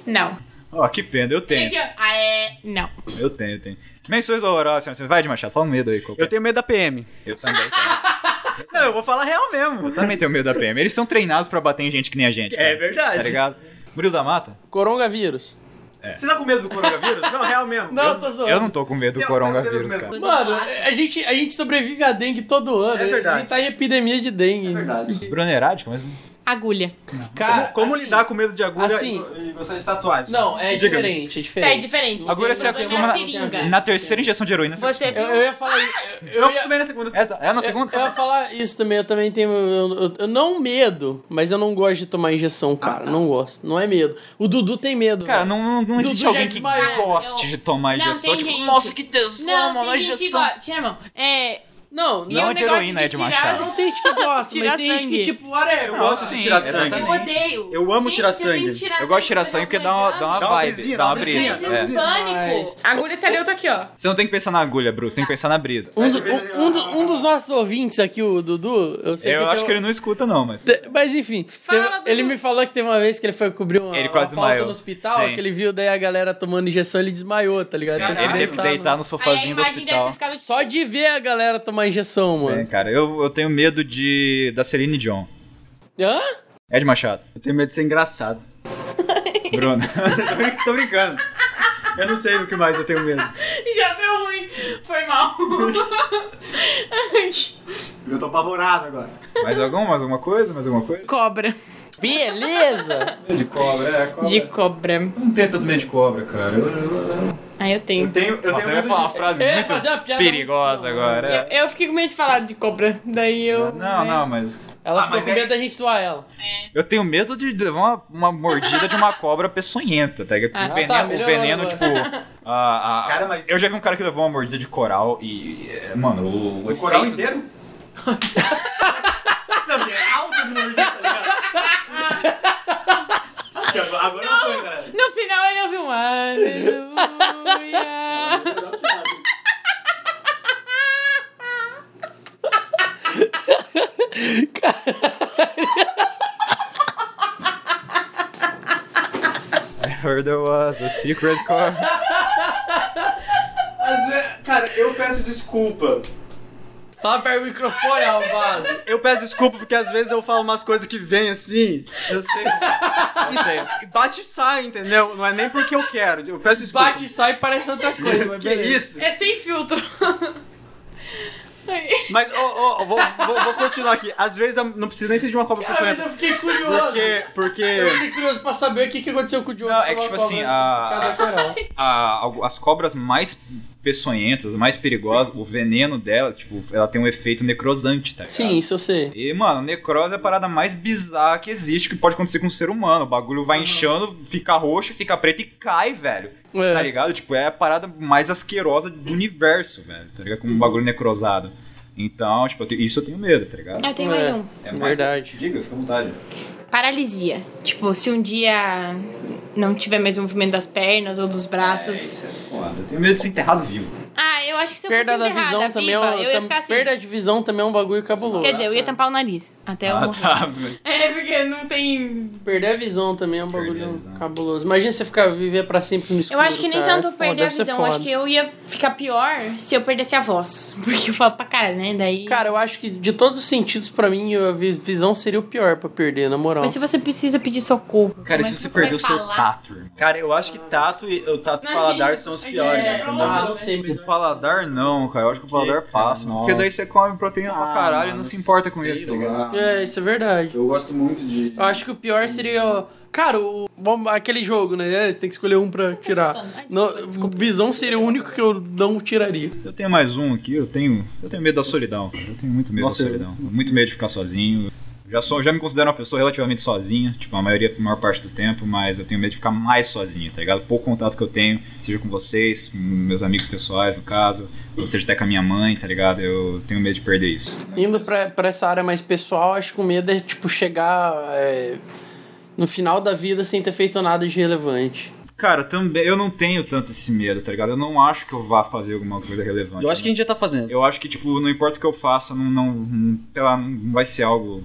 Speaker 4: não.
Speaker 2: Ó, que pena, eu tenho.
Speaker 4: Aqui, ó. Ah, é. Não.
Speaker 2: Eu tenho, eu tenho. Menções horrorosas, senhora, você vai de machado, fala um medo aí, qualquer.
Speaker 3: Eu tenho medo da PM.
Speaker 2: eu também, cara.
Speaker 3: Não, eu vou falar real mesmo.
Speaker 2: Eu também tenho medo da PM. Eles são treinados pra bater em gente que nem a gente.
Speaker 3: É
Speaker 2: cara.
Speaker 3: verdade.
Speaker 2: Tá ligado? Murilo da Mata?
Speaker 1: Coronavírus.
Speaker 3: Você tá com medo do coronavírus? Não, real mesmo.
Speaker 1: Não, eu tô zoando.
Speaker 2: Eu não tô com medo do
Speaker 3: Eu- eu tenho
Speaker 2: coronavírus,
Speaker 3: medo.
Speaker 2: cara.
Speaker 1: Mano, é-
Speaker 4: é-
Speaker 1: a gente, a gente sobrevive à dengue todo ano.
Speaker 3: É verdade. É
Speaker 1: Ele tá em epidemia de dengue.
Speaker 3: verdade.
Speaker 2: Bruno Herádico, mas.
Speaker 4: Agulha.
Speaker 1: Cara,
Speaker 3: Como
Speaker 1: assim,
Speaker 3: lidar com medo de agulha
Speaker 1: assim-
Speaker 3: e, e gostar de tatuagem?
Speaker 1: Não, é
Speaker 3: Diga-me.
Speaker 1: diferente, é
Speaker 4: Tá, é
Speaker 1: diferente.
Speaker 4: diferente.
Speaker 2: Agora você
Speaker 4: O problema
Speaker 2: acostuma
Speaker 4: é a seringa.
Speaker 2: na, na terceira injeção de heroína. Você...
Speaker 4: Você
Speaker 1: Eu,
Speaker 4: viu?
Speaker 1: eu ia
Speaker 4: Ah!
Speaker 1: falar. Eu, eu
Speaker 3: Eu
Speaker 1: ia,
Speaker 3: acostumei na segunda.
Speaker 2: Essa, é na segunda?
Speaker 1: eu ia falar isso também, eu também tenho. Eu, eu- eu não medo, mas eu não gosto de tomar
Speaker 3: Ah,
Speaker 1: injeção, cara.
Speaker 3: tá.
Speaker 1: Não gosto. Não é medo. O Dudu tem medo.
Speaker 2: Cara,
Speaker 1: velho.
Speaker 2: não, não, não
Speaker 1: Dudu
Speaker 2: existe
Speaker 1: já
Speaker 2: alguém que
Speaker 1: desmaiou.
Speaker 2: goste
Speaker 4: Eu-
Speaker 2: de tomar
Speaker 4: Não,
Speaker 2: injeção.
Speaker 4: tem
Speaker 2: tipo,
Speaker 4: gente.
Speaker 2: nossa, que tesão,
Speaker 4: Não,
Speaker 2: mano,
Speaker 4: tem gente que
Speaker 2: injeção.
Speaker 4: gosta. Tira a mão. É.
Speaker 1: Não,
Speaker 4: e
Speaker 1: não,
Speaker 2: Não
Speaker 4: o
Speaker 2: é de
Speaker 4: negócio
Speaker 2: heroína, é de
Speaker 4: tirar-
Speaker 2: machado.
Speaker 1: não tem gente que gosta, mas
Speaker 4: Tirar
Speaker 1: tem gente que,
Speaker 4: sangue.
Speaker 1: tipo, whatever.
Speaker 3: Eu gosto
Speaker 2: sim,
Speaker 3: de tirar
Speaker 2: exatamente.
Speaker 3: sangue.
Speaker 4: Eu odeio.
Speaker 3: Eu amo
Speaker 4: Gente,
Speaker 3: tirar
Speaker 4: se eu tenho que
Speaker 3: sangue.
Speaker 2: Eu gosto de tirar sangue
Speaker 4: sangue
Speaker 2: porque
Speaker 4: pra
Speaker 2: dá uma, dá uma
Speaker 3: Dá uma
Speaker 2: vibe,
Speaker 3: brisinha,
Speaker 2: dá uma
Speaker 3: dá uma
Speaker 4: Eu
Speaker 2: brisa.
Speaker 3: brisinha.
Speaker 4: entro em
Speaker 2: É.
Speaker 4: um pânico. A agulha tá ali, eu tô aqui, ó.
Speaker 2: Você não tem que pensar na agulha, Bruce, tem que pensar na brisa.
Speaker 1: Um, do- um- um do- um dos nossos ouvintes aqui, o Dudu, eu sei
Speaker 2: Eu
Speaker 1: que
Speaker 2: acho
Speaker 1: tem
Speaker 2: que
Speaker 1: um-
Speaker 2: ele não escuta, não, mas.
Speaker 1: Te- Mas enfim,
Speaker 4: Fala,
Speaker 1: teve-
Speaker 4: Dudu.
Speaker 1: ele me falou que teve uma vez que ele foi cobrir uma,
Speaker 2: Ele quase
Speaker 1: uma pauta
Speaker 2: desmaiou.
Speaker 1: no hospital,
Speaker 2: Sim.
Speaker 1: que ele viu daí a galera tomando injeção, ele desmaiou, tá ligado?
Speaker 3: Caralho.
Speaker 2: Ele
Speaker 1: que
Speaker 2: teve que
Speaker 1: deitar no-
Speaker 2: deitar
Speaker 4: Aí
Speaker 2: no
Speaker 4: a
Speaker 2: sofazinho do
Speaker 4: imagem deve
Speaker 2: hospital.
Speaker 4: ter ficado.
Speaker 1: Só de ver a galera tomar injeção,
Speaker 2: É,
Speaker 1: mano.
Speaker 2: cara, eu, eu tenho medo de da Celine Dion.
Speaker 1: Hã?
Speaker 2: Ed Machado.
Speaker 3: Eu tenho medo de ser engraçado.
Speaker 2: Bruno.
Speaker 3: Tô brin- Tô brincando. Eu não sei do que mais eu tenho medo.
Speaker 6: Já deu ruim. Foi mal.
Speaker 3: Eu tô apavorado agora.
Speaker 2: mais algum? Mais alguma coisa? Mais alguma coisa?
Speaker 4: Cobra.
Speaker 1: Beleza!
Speaker 2: De cobra, é. Cobra.
Speaker 4: De cobra.
Speaker 2: Não tem tanto medo de cobra, cara.
Speaker 4: Aí eu tenho.
Speaker 3: Eu tenho,
Speaker 2: Nossa, eu
Speaker 3: eu tenho
Speaker 2: ia
Speaker 3: medo
Speaker 2: falar uma
Speaker 3: de-
Speaker 2: frase
Speaker 1: Eu ia
Speaker 2: muito
Speaker 1: fazer uma piada
Speaker 2: perigosa
Speaker 1: muito-
Speaker 2: agora. é.
Speaker 4: Eu fiquei com medo de falar de cobra. Daí eu.
Speaker 2: Não,
Speaker 4: né?
Speaker 2: não, mas.
Speaker 1: Ela
Speaker 3: Ah,
Speaker 1: ficou
Speaker 3: mas
Speaker 1: com
Speaker 3: é-
Speaker 1: medo da gente zoar ela.
Speaker 2: Eu tenho medo de levar uma, uma mordida de uma cobra peçonhenta, tá? ligado?
Speaker 1: tá,
Speaker 2: o veneno, o
Speaker 1: melhorou
Speaker 2: veneno
Speaker 1: agora.
Speaker 2: tipo. a- a-
Speaker 3: Cara, mas-
Speaker 2: Eu já vi um cara que levou uma mordida de coral e. é, Mano, o,
Speaker 3: O coral
Speaker 2: efeito-
Speaker 3: inteiro? Não, porque é alto de mordida, tá ligado? Acho que agora, agora eu tô, cara.
Speaker 4: No final ele ouviu. um aleluia.
Speaker 2: I heard there was a secret chord.
Speaker 3: Às ve- Cara, eu peço desculpa.
Speaker 1: Fala perto do microfone, arrombado.
Speaker 3: Eu peço desculpa porque às vezes eu falo umas coisas que vem assim. Eu sei. Eu sei. Bate e sai, entendeu? Não é nem porque eu quero. Eu peço desculpa.
Speaker 1: Bate e sai parece outra coisa, mas
Speaker 3: Que
Speaker 1: beleza.
Speaker 3: isso?
Speaker 4: É sem filtro. Ai.
Speaker 3: Mas, ó, ó, vou, vou- vou continuar aqui. Às vezes eu não precisa nem ser de uma Copa
Speaker 1: Cara, Ah, mas
Speaker 3: profissional.
Speaker 1: eu fiquei curioso.
Speaker 3: Porque.
Speaker 1: Eu
Speaker 3: Porque.
Speaker 1: fiquei curioso pra saber o que, que aconteceu com o Diogo.
Speaker 2: Não, é que,
Speaker 1: Tava
Speaker 2: tipo
Speaker 1: com
Speaker 2: assim,
Speaker 1: a...
Speaker 2: a-
Speaker 1: Cada coral.
Speaker 2: a- algu- as cobras mais peçonhentas, mais perigosas, o veneno delas, tipo, ela tem um efeito necrosante, tá ligado?
Speaker 1: Sim, isso eu sei.
Speaker 2: E, mano, necrose é a parada mais bizarra que existe, que pode acontecer com o ser humano. O bagulho vai inchando, fica roxo, fica preto e cai, velho.
Speaker 1: É.
Speaker 2: Tá ligado? Tipo, é a parada mais asquerosa do universo, velho. Tá ligado? Como um bagulho necrosado. Então, tipo, eu te- isso eu tenho medo, tá ligado?
Speaker 4: Eu tenho mais
Speaker 1: É.
Speaker 4: um.
Speaker 2: É
Speaker 1: Verdade.
Speaker 2: Diga, fica à vontade.
Speaker 4: Paralisia. Tipo, se um dia não tiver mais movimento das pernas ou dos braços.
Speaker 2: É foda. Eu tenho medo de ser enterrado vivo.
Speaker 4: Ah, eu acho que se eu
Speaker 1: Perda
Speaker 4: fosse
Speaker 1: da
Speaker 4: enterrada
Speaker 1: visão também é
Speaker 4: viva,
Speaker 1: um-
Speaker 4: eu ia
Speaker 1: tam-
Speaker 4: ficar assim.
Speaker 1: Perda de visão também é um bagulho cabuloso.
Speaker 4: Quer dizer, eu ia tampar o nariz até eu
Speaker 2: ah,
Speaker 4: morrer.
Speaker 2: tá.
Speaker 4: É, porque não tem...
Speaker 1: Perder a visão também é um
Speaker 2: Perder a
Speaker 1: bagulho
Speaker 2: visão.
Speaker 1: cabuloso. Imagina você ficar viver pra sempre no escuro.
Speaker 4: Eu acho que nem
Speaker 1: cara. É
Speaker 4: tanto
Speaker 1: foda,
Speaker 4: perder a
Speaker 1: deve ser
Speaker 4: visão, eu acho
Speaker 1: foda.
Speaker 4: que eu ia ficar pior se eu perdesse a voz. Porque eu falo pra caralho, né? Daí...
Speaker 1: Cara, eu acho que de todos os sentidos, pra mim, a vi- visão seria o pior pra perder, na moral.
Speaker 4: Mas se você precisa pedir socorro...
Speaker 2: Cara,
Speaker 4: como
Speaker 2: se
Speaker 4: é que
Speaker 2: você
Speaker 4: vai
Speaker 2: perdeu o seu
Speaker 4: falar?
Speaker 2: tato, irmão.
Speaker 3: Cara, eu acho que tato e o tato e paladar são os piores.
Speaker 6: É.
Speaker 3: entendeu?
Speaker 1: Ah, não sei, mas...
Speaker 2: O paladar não, cara. Eu acho que o paladar passa, mano.
Speaker 7: nossa.
Speaker 2: Porque daí você come proteína é pra
Speaker 7: Ah,
Speaker 2: caralho e
Speaker 7: mano,
Speaker 2: não se importa com
Speaker 7: sei
Speaker 2: isso, tá ligado?
Speaker 7: lá.
Speaker 1: É, isso é verdade.
Speaker 7: Eu gosto muito de.
Speaker 3: Ah,
Speaker 1: Eu acho que o pior seria. ó, Cara, o, bom, aquele jogo, né? É, Você tem que escolher um pra tirar.
Speaker 4: soltando. Ai,
Speaker 1: Não,
Speaker 4: desculpa, desculpa.
Speaker 1: visão seria o único que eu não tiraria.
Speaker 2: Eu tenho mais um aqui, eu tenho. Eu tenho medo da solidão, cara. Eu tenho muito medo
Speaker 7: Nossa,
Speaker 2: da solidão. Muito medo de ficar sozinho. Já, sou, já me considero uma pessoa relativamente sozinha, tipo, a maioria, a maior parte do tempo, mas eu tenho medo de ficar mais sozinho, tá ligado? Pouco contato que eu tenho, seja com vocês, com meus amigos pessoais, no caso, ou seja até com a minha mãe, tá ligado? Eu tenho medo de perder isso.
Speaker 1: Indo pra, pra essa área mais pessoal, acho que o medo é, tipo, chegar é, no final da vida sem ter feito nada de relevante.
Speaker 2: Cara, também, eu não tenho tanto esse medo, tá ligado? Eu não acho que eu vá fazer alguma coisa relevante.
Speaker 3: Eu acho que a gente já tá fazendo.
Speaker 2: Eu acho que, tipo, não importa o que eu faça, não, não, não- sei lá, não vai ser algo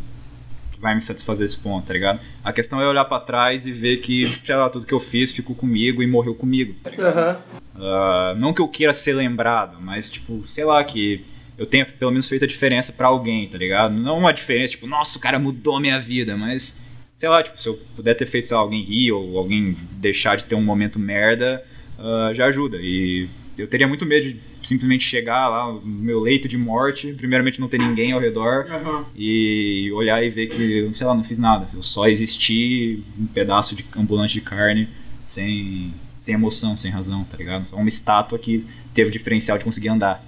Speaker 2: que vai me satisfazer esse ponto, tá ligado? A questão é olhar pra trás e ver que, sei lá, tudo que eu fiz ficou comigo e morreu comigo, tá ligado? Ah, não que eu queira ser lembrado, mas, tipo, sei lá, que eu tenha pelo menos feito a diferença pra alguém, tá ligado? Não uma diferença, tipo, nossa, o cara mudou minha vida, mas, sei lá, tipo, se eu puder ter feito, sei lá, alguém rir ou alguém deixar de ter um momento merda, ah, já ajuda. E eu teria muito medo de simplesmente chegar lá no meu leito de morte, primeiramente não ter ninguém ao redor e olhar e ver que, eu, sei lá, não fiz nada. Eu só existi um pedaço de ambulante de carne sem, sem emoção, sem razão, tá ligado? Só uma estátua que teve o diferencial de conseguir andar.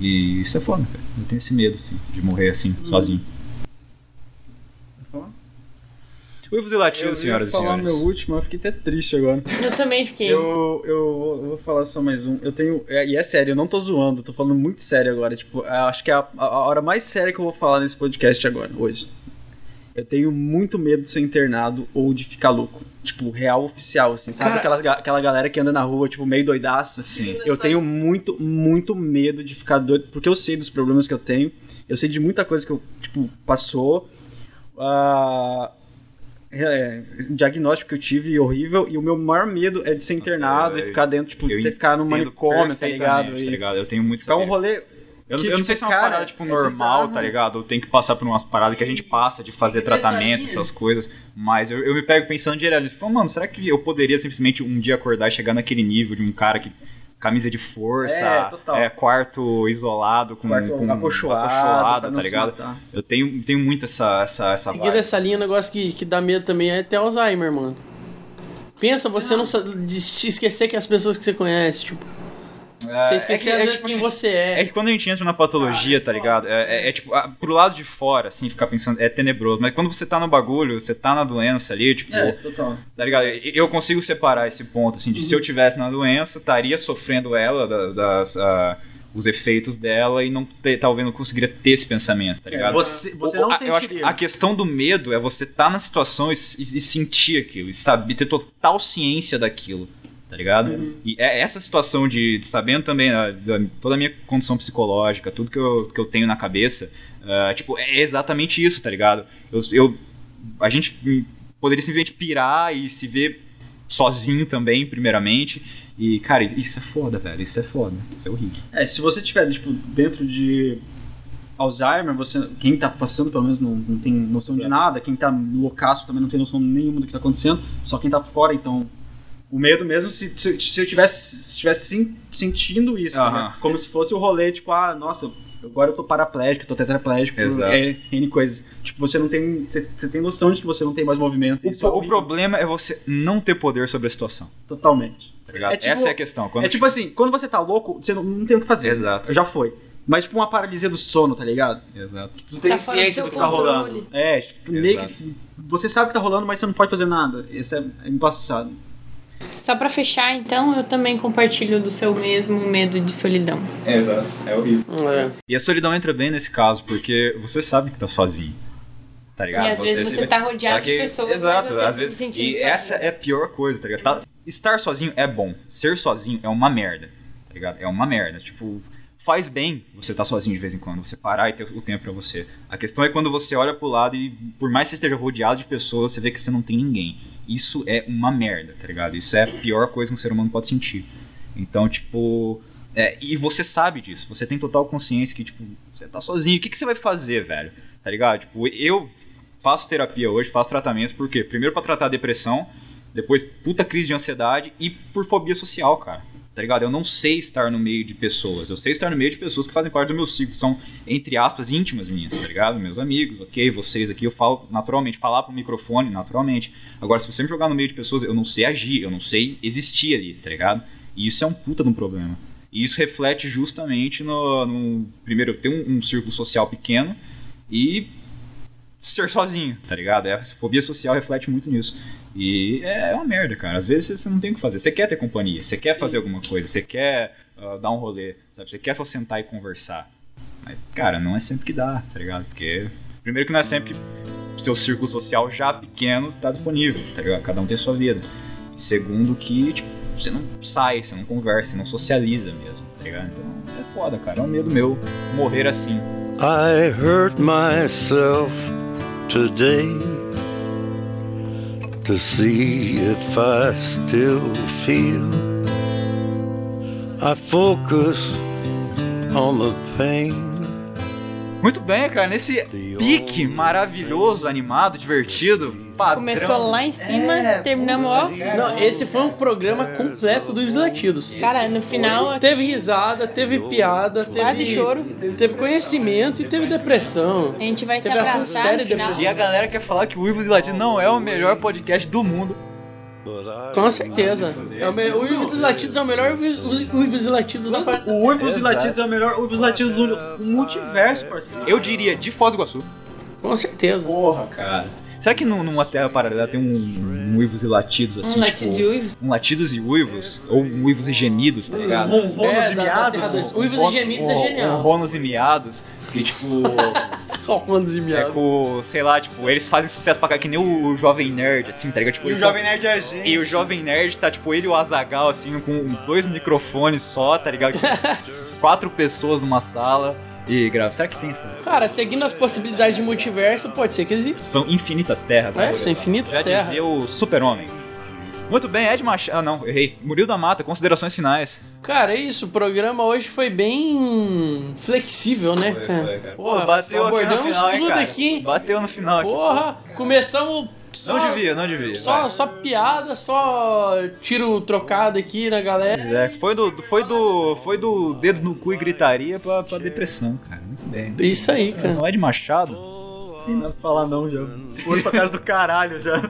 Speaker 2: E isso é foda, cara. Eu tenho esse medo assim, de morrer assim,
Speaker 7: Hum.
Speaker 2: sozinho. Uivos e
Speaker 7: Eu ia
Speaker 2: latidos, senhoras e
Speaker 7: falar
Speaker 2: senhores.
Speaker 7: meu último, eu fiquei até triste agora.
Speaker 4: Eu também fiquei.
Speaker 7: Eu, eu vou falar só mais um. Eu tenho. é- E é sério, eu não tô zoando, eu tô falando muito sério agora. Tipo, eu acho que é a, a- a hora mais séria que eu vou falar nesse podcast agora, hoje. Eu tenho muito medo de ser internado ou de ficar louco. Tipo, real oficial, assim, sabe?
Speaker 1: Cara-
Speaker 7: Aquelas ga- Aquela, galera que anda na rua, tipo, meio doidaça.
Speaker 2: Sim.
Speaker 7: Eu tenho muito, muito medo de ficar doido, porque eu sei dos problemas que eu tenho. Eu sei de muita coisa que eu, tipo, passou. Ah, é, diagnóstico que eu tive horrível. E o meu maior medo é de ser internado
Speaker 2: eu-
Speaker 7: e ficar dentro, tipo,
Speaker 2: eu
Speaker 7: ter que ficar no
Speaker 2: entendo
Speaker 7: manicômio, tá ligado?
Speaker 2: perfeitamente,
Speaker 7: E
Speaker 2: tá ligado? Eu tenho muito
Speaker 7: É um
Speaker 2: saber.
Speaker 7: rolê.
Speaker 2: Eu não,
Speaker 7: que,
Speaker 2: eu não sei se é
Speaker 7: tipo,
Speaker 2: uma
Speaker 7: cara,
Speaker 2: parada, tipo,
Speaker 7: é
Speaker 2: normal,
Speaker 7: bizarro.
Speaker 2: tá ligado? Ou tem que passar por umas paradas que a gente passa de
Speaker 7: é
Speaker 2: fazer
Speaker 1: sim,
Speaker 2: tratamento,
Speaker 1: nessa linha.
Speaker 2: essas coisas. Mas eu, eu me pego pensando direto. eu falo, mano, será que eu poderia simplesmente um dia acordar e chegar naquele nível de um cara que. Camisa de força,
Speaker 7: É, total.
Speaker 2: é, quarto isolado, com,
Speaker 7: Quarto
Speaker 2: com
Speaker 7: acolchoado,
Speaker 2: acolchoado,
Speaker 7: pra não
Speaker 2: tá
Speaker 7: se
Speaker 2: ligado?
Speaker 7: matar.
Speaker 2: Eu tenho, tenho muito essa, essa, essa
Speaker 1: Seguindo
Speaker 2: vibe.
Speaker 1: essa linha, um negócio que, que dá medo também é até Alzheimer, mano. Pensa, você não, sa- de- esquecer que as pessoas que você conhece, tipo.
Speaker 2: É,
Speaker 1: você
Speaker 2: é que-
Speaker 1: esquecer
Speaker 2: é
Speaker 1: às
Speaker 2: que,
Speaker 1: vezes
Speaker 2: tipo,
Speaker 1: quem
Speaker 2: assim,
Speaker 1: você é.
Speaker 2: É que quando a gente entra na patologia, tá ligado? É, é- é tipo, ah, pro lado de fora, assim, ficar pensando, é tenebroso. Mas quando você tá no bagulho, você tá na doença ali, tipo,
Speaker 7: É, total.
Speaker 2: Tá ligado? E- Eu consigo separar esse ponto, assim, de se eu tivesse na doença, eu estaria sofrendo ela, da- das, ah, os efeitos dela, e não te- talvez não conseguiria ter esse pensamento, tá ligado?
Speaker 3: É. Você, você
Speaker 2: O-
Speaker 3: não
Speaker 2: a, eu acho que
Speaker 3: sentiria.
Speaker 2: a questão do medo é você estar tá na situação e, s- e sentir aquilo, e saber, ter total ciência daquilo. tá ligado?
Speaker 7: Uhum.
Speaker 2: E é essa situação de, de sabendo também né, da- toda a minha condição psicológica, tudo que eu, que eu tenho na cabeça, ah, tipo, é exatamente isso, tá ligado? Eu, eu- a gente hum, poderia simplesmente pirar e se ver sozinho também, primeiramente. E, cara, isso é foda, velho. Isso é foda. Isso é horrível.
Speaker 7: É, se você tiver, tipo, dentro de Alzheimer, você, quem tá passando, pelo menos, não, não tem noção de nada. Quem tá loucaço também não tem noção nenhuma do que tá acontecendo. Só quem tá fora, então... O medo mesmo, se, se, se eu tivesse, se tivesse sen- sentindo isso,
Speaker 2: Aham.
Speaker 7: né? como se fosse o rolê, tipo, ah, nossa, agora eu tô paraplégico, eu tô tetraplégico,
Speaker 2: Exato.
Speaker 7: é, N coisas. Tipo, você não tem, você, você tem noção de que você não tem mais movimento.
Speaker 2: O,
Speaker 7: isso é
Speaker 2: po- o
Speaker 7: horrível,
Speaker 2: problema é você não ter poder sobre a situação,
Speaker 7: Totalmente.
Speaker 2: tá ligado?
Speaker 7: É tipo-
Speaker 2: Essa é a questão. Quando
Speaker 7: É tipo assim, quando você tá louco, você não, não tem o que fazer.
Speaker 2: Exato.
Speaker 7: Já foi. Mas tipo uma paralisia do sono, tá ligado?
Speaker 2: Exato.
Speaker 7: Tu tem
Speaker 4: Tá fora do
Speaker 7: ciência
Speaker 4: seu
Speaker 7: do que tá
Speaker 4: controle.
Speaker 7: rolando. É, tipo, meio que. Você sabe que tá rolando, mas você não pode fazer nada. Isso é, é embaçado.
Speaker 4: Só pra fechar, então, eu também compartilho do seu mesmo medo de solidão.
Speaker 2: Exato. É horrível.
Speaker 1: É.
Speaker 2: E a solidão entra bem nesse caso, porque você sabe que tá sozinho. Tá ligado?
Speaker 4: E às vezes
Speaker 2: se-
Speaker 4: você tá rodeado
Speaker 2: Só que-
Speaker 4: de pessoas, mas
Speaker 2: Exato,
Speaker 4: você tá
Speaker 2: às
Speaker 4: se
Speaker 2: vezes.
Speaker 4: sentindo
Speaker 2: e
Speaker 4: sozinho.
Speaker 2: essa é a pior coisa, tá ligado? Tá- estar sozinho é bom. Ser sozinho é uma merda. Tá ligado? É uma merda. Tipo, faz bem você tá sozinho de vez em quando, você parar e ter o tempo pra você. A questão é quando você olha pro lado e, por mais que você esteja rodeado de pessoas, você vê que você não tem ninguém. Isso é uma merda, tá ligado? Isso é a pior coisa que um ser humano pode sentir. Então, tipo. é, e você sabe disso, você tem total consciência que, tipo, você tá sozinho, o que, que você vai fazer, velho? Tá ligado? Tipo, eu faço terapia hoje, faço tratamentos, por quê? Primeiro pra tratar a depressão, depois puta crise de ansiedade e por fobia social, cara. Tá ligado? Eu não sei estar no meio de pessoas. Eu sei estar no meio de pessoas que fazem parte do meu ciclo, que são, entre aspas, íntimas minhas, tá ligado? Meus amigos, ok, vocês aqui, eu falo naturalmente, falar pro microfone naturalmente. Agora, se você me jogar no meio de pessoas, eu não sei agir, eu não sei existir ali, tá ligado? E isso é um puta de um problema. E isso reflete justamente no. no- primeiro, eu ter um, um círculo social pequeno e ser sozinho, tá ligado? É, A fobia social reflete muito nisso. E é uma merda, cara. Às vezes você não tem o que fazer. Você quer ter companhia, você quer fazer alguma coisa, você quer ah, dar um rolê, sabe? Você quer só sentar e conversar. Mas, cara, não é sempre que dá, tá ligado? Porque, primeiro que não é sempre que seu círculo social já pequeno tá disponível, tá ligado? Cada um tem sua vida. E segundo que, tipo, você não sai, você não conversa, você não socializa mesmo, tá ligado? Então é foda, cara. É um medo meu morrer assim.
Speaker 8: I hurt myself today to see if I still feel. I focus on the pain.
Speaker 2: Muito bem, cara. Nesse pique maravilhoso, animado, divertido, padrão.
Speaker 4: Começou lá em cima,
Speaker 2: É,
Speaker 4: terminamos, ó.
Speaker 1: Não, esse foi um programa completo dos latidos.
Speaker 4: É, Cara, no final,
Speaker 1: Teve risada, teve piada, teve.
Speaker 4: Quase choro.
Speaker 1: Teve conhecimento e teve depressão.
Speaker 4: a gente vai se
Speaker 1: Teve assunto
Speaker 4: abraçar
Speaker 1: sério
Speaker 4: no final.
Speaker 1: depois.
Speaker 2: E a galera quer falar que o Uivos e Ladino não é o melhor podcast do mundo.
Speaker 8: But I
Speaker 1: Com certeza. É o, me... o Uivos e Latidos é o melhor Uivos Uivos e Latidos da face.
Speaker 7: O Uivos e Latidos é o melhor Uivos e Latidos do do multiverso, parceiro.
Speaker 2: Eu diria, de Foz do Iguaçu.
Speaker 1: Com certeza.
Speaker 2: Porra, cara. Será que num- numa terra paralela tem um, um Uivos e Latidos assim?
Speaker 4: Um latido de
Speaker 2: tipo,
Speaker 4: uivos.
Speaker 2: Um Latidos e Uivos? Ou um Uivos e Gemidos, tá ligado?
Speaker 1: É, da- da Terra dois. Uivos e Gemidos é
Speaker 2: Um
Speaker 1: genial.
Speaker 2: Ronos e Miados. Que tipo.
Speaker 1: Romanos e
Speaker 2: é
Speaker 1: miados.
Speaker 2: com. Sei lá, tipo, eles fazem sucesso pra cá que nem o, o Jovem Nerd, assim, tá ligado? Tipo, eles só-
Speaker 7: Nerd é a gente.
Speaker 2: E o Jovem Nerd tá tipo ele e o Azagal, assim, com dois microfones só, tá ligado? Quatro pessoas numa sala. E grava. Será que tem isso?
Speaker 1: Cara, seguindo as possibilidades de multiverso, pode ser que exista.
Speaker 2: São infinitas terras, né?
Speaker 1: É, são infinitas
Speaker 2: Já
Speaker 1: terras.
Speaker 2: dizia o Super-Homem. Muito bem, Ed Machado. Ah, não, errei. Murilo da Mata, considerações finais.
Speaker 1: Cara, é isso. O programa hoje foi bem flexível, né? cara? Porra,
Speaker 2: bateu aqui no
Speaker 1: abordamos
Speaker 2: final, hein,
Speaker 1: tudo
Speaker 2: cara?
Speaker 1: um aqui.
Speaker 2: Bateu no final aqui.
Speaker 1: Porra, começamos.
Speaker 2: Não
Speaker 1: só-
Speaker 2: devia, não devia.
Speaker 1: Só,
Speaker 2: vai.
Speaker 1: só piada, só tiro trocado aqui na galera.
Speaker 2: Pois é, foi do, foi do, foi do dedo no cu e gritaria pra, pra depressão, cara. Muito bem.
Speaker 1: Isso aí, cara.
Speaker 2: Não, Ed Machado.
Speaker 7: Não falar não já. Foi pra casa do caralho já.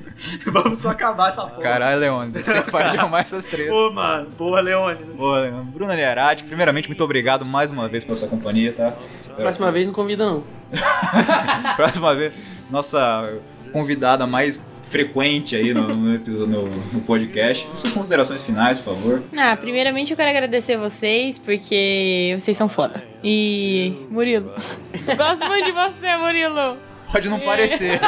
Speaker 7: Vamos só acabar essa porra.
Speaker 2: Caralho, Leone, você tem que parar de arrumar essas tretas.
Speaker 7: Ô, mano. Boa, Leone.
Speaker 2: Boa, Leandro. Bruna Lierati, primeiramente, muito obrigado mais uma vez pela sua companhia, tá?
Speaker 1: Próxima vez não convida, não.
Speaker 2: Próxima vez, nossa convidada mais frequente aí no, no episódio, no, no podcast. Suas considerações finais, por favor.
Speaker 4: Ah, primeiramente eu quero agradecer vocês, porque vocês são foda. E. Murilo. Gosto muito de você, Murilo!
Speaker 2: Pode não parecer.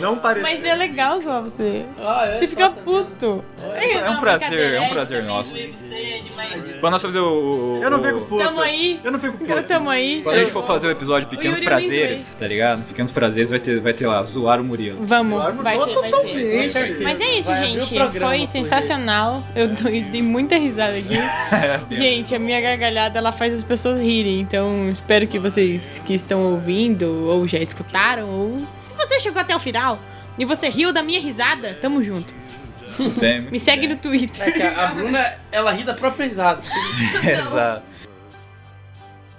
Speaker 3: Não parece.
Speaker 4: Mas é legal zoar você.
Speaker 1: Ah, é
Speaker 4: Você
Speaker 1: só
Speaker 4: fica
Speaker 1: também.
Speaker 4: puto.
Speaker 2: É um prazer, é um prazer nosso. Quando nós fazer o. o-
Speaker 3: Eu não
Speaker 2: o-
Speaker 3: fico puto.
Speaker 4: é Tamo aí.
Speaker 3: Eu não fico puto.
Speaker 4: Eu tamo aí.
Speaker 2: Quando a gente for fazer o episódio Pequenos
Speaker 4: Yuri
Speaker 2: Prazeres,
Speaker 4: Lindsay.
Speaker 2: tá ligado? Pequenos Prazeres vai ter, vai ter lá, zoar o Murilo.
Speaker 4: Vamos, vai ter, vai ter.
Speaker 1: Totalmente.
Speaker 4: Mas é isso,
Speaker 1: Vai abrir o
Speaker 4: gente.
Speaker 1: programa com
Speaker 4: Foi
Speaker 1: ele.
Speaker 4: sensacional. Eu tô- eu dei muita risada
Speaker 1: É,
Speaker 4: aqui. gente, a minha gargalhada ela faz as pessoas rirem. Então, espero que vocês que estão ouvindo, ou já escutaram, ou se você chegou até o final e você riu da minha risada, tamo junto.
Speaker 2: Tem-
Speaker 4: Me segue no
Speaker 1: É que
Speaker 4: Twitter.
Speaker 1: a a Bruna, ela ri da própria risada.
Speaker 2: Exato.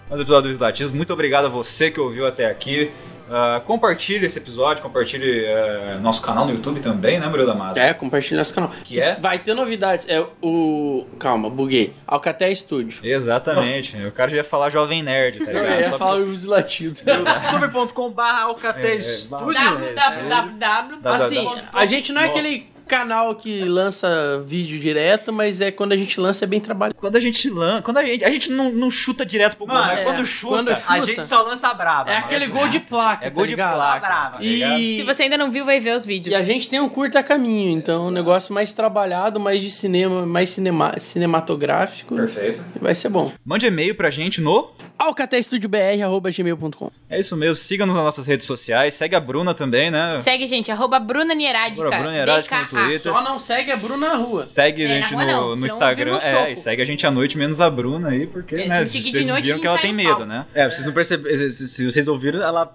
Speaker 2: Mas o episódio do Vislatismo, muito obrigado a você que ouviu até aqui. Ah, compartilhe esse episódio, compartilhe eh, nosso canal no YouTube também, né, Murilo Amado?
Speaker 1: É, compartilha nosso canal.
Speaker 2: Que é?
Speaker 1: Vai ter novidades. É o. Calma, buguei. Alcaté Studio.
Speaker 2: Exatamente. O cara já ia falar Jovem Nerd, tá
Speaker 1: Eu
Speaker 2: ligado?
Speaker 1: ia
Speaker 2: Só
Speaker 1: falar
Speaker 2: porque-
Speaker 1: os latidos.
Speaker 3: youtube.com.br Alcaté
Speaker 2: É,
Speaker 4: www.
Speaker 2: Dá, dá,
Speaker 1: Assim,
Speaker 2: dá.
Speaker 1: a gente não é aquele canal que lança vídeo direto, mas é quando a gente lança é bem trabalhado.
Speaker 2: Quando a gente lança. Quando a gente. A gente não, não chuta direto pro gol,
Speaker 3: Mano,
Speaker 2: mas
Speaker 1: é,
Speaker 2: quando chuta.
Speaker 1: quando chuta.
Speaker 3: A gente só lança brava.
Speaker 1: É aquele gol de placa,
Speaker 2: Ah, É gol
Speaker 1: tá
Speaker 2: de
Speaker 1: ligado?
Speaker 2: placa.
Speaker 3: brava.
Speaker 2: tá ligado?
Speaker 1: E,
Speaker 4: Se você ainda não viu, vai ver os vídeos.
Speaker 1: e a gente tem um curta caminho, então um negócio mais trabalhado, mais de cinema, mais cinema, cinematográfico.
Speaker 2: Perfeito.
Speaker 1: E Vai ser bom.
Speaker 2: Mande e-mail pra gente no.
Speaker 1: alcatestudiobr.gmail.com
Speaker 2: É isso mesmo, siga-nos nas nossas redes sociais, segue a Bruna também, né?
Speaker 4: Segue, gente, arroba Bruna Nierádica.
Speaker 2: Bora, Bruna Erádica no
Speaker 4: BKA.
Speaker 2: Twitter.
Speaker 1: Só não segue a Bruna na rua.
Speaker 2: Segue a
Speaker 4: É, na
Speaker 2: gente
Speaker 4: rua não,
Speaker 2: no, no
Speaker 4: senão
Speaker 2: Instagram.
Speaker 4: vira um
Speaker 2: É,
Speaker 4: soco.
Speaker 2: e segue a gente à noite, menos a Bruna aí, porque,
Speaker 4: É,
Speaker 2: né?
Speaker 4: se seguir de
Speaker 2: Vocês
Speaker 4: noite,
Speaker 2: viram que ela
Speaker 4: sai
Speaker 2: tem
Speaker 4: no
Speaker 2: medo,
Speaker 4: pau.
Speaker 2: né?
Speaker 3: É, vocês não perceberam. Se, se vocês ouviram, ela,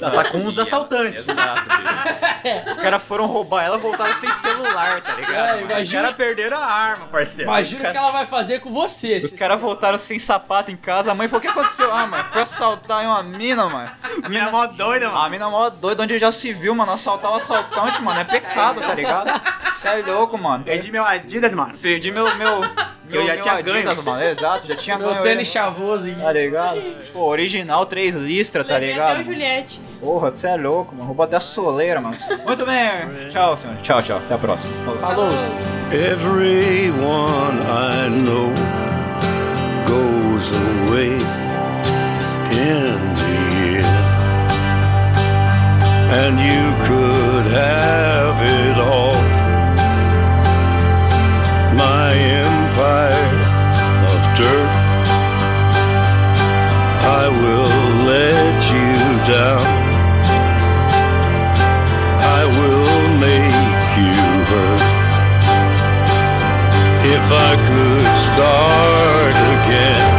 Speaker 3: ela tá com os assaltantes.
Speaker 2: Exato, bicho. Os caras foram roubar ela e voltaram sem celular, tá ligado?
Speaker 1: É,
Speaker 2: Mas
Speaker 1: imagina-
Speaker 2: os caras perderam a arma, parceiro.
Speaker 1: Imagina o que ela vai fazer com você.
Speaker 2: Os
Speaker 1: se-
Speaker 2: caras voltaram sem sapato em casa, a mãe falou, o que aconteceu? Ah, mano, foi assaltar uma mina, mano. Mina mó doida, mano. A mina mó doida, onde já se viu, mano, assaltar o assaltante, mano, é pecado, tá ligado? Sai louco, mano.
Speaker 3: Perdi meu Adidas, mano.
Speaker 2: Perdi meu, meu,
Speaker 3: Que eu já
Speaker 2: meu
Speaker 3: tinha
Speaker 2: Adidas,
Speaker 3: ganho.
Speaker 2: mano, exato, já tinha
Speaker 1: Meu
Speaker 2: ganho
Speaker 1: tênis
Speaker 2: ele,
Speaker 1: chavoso. e-
Speaker 2: Tá ligado? Pô, original, três listras, tá
Speaker 4: Levei até
Speaker 2: ligado?
Speaker 4: o
Speaker 2: mano?
Speaker 4: Juliette.
Speaker 2: Porra, você é louco, mano. Roubou até a soleira, mano. Muito bem. Tchau, senhor. Tchau, tchau. Até a próxima. Falou.
Speaker 1: Falou.
Speaker 8: Everyone I know goes away in the end. And you could have it all. My empire of dirt. I will let you down. I will make you hurt. If I could start again.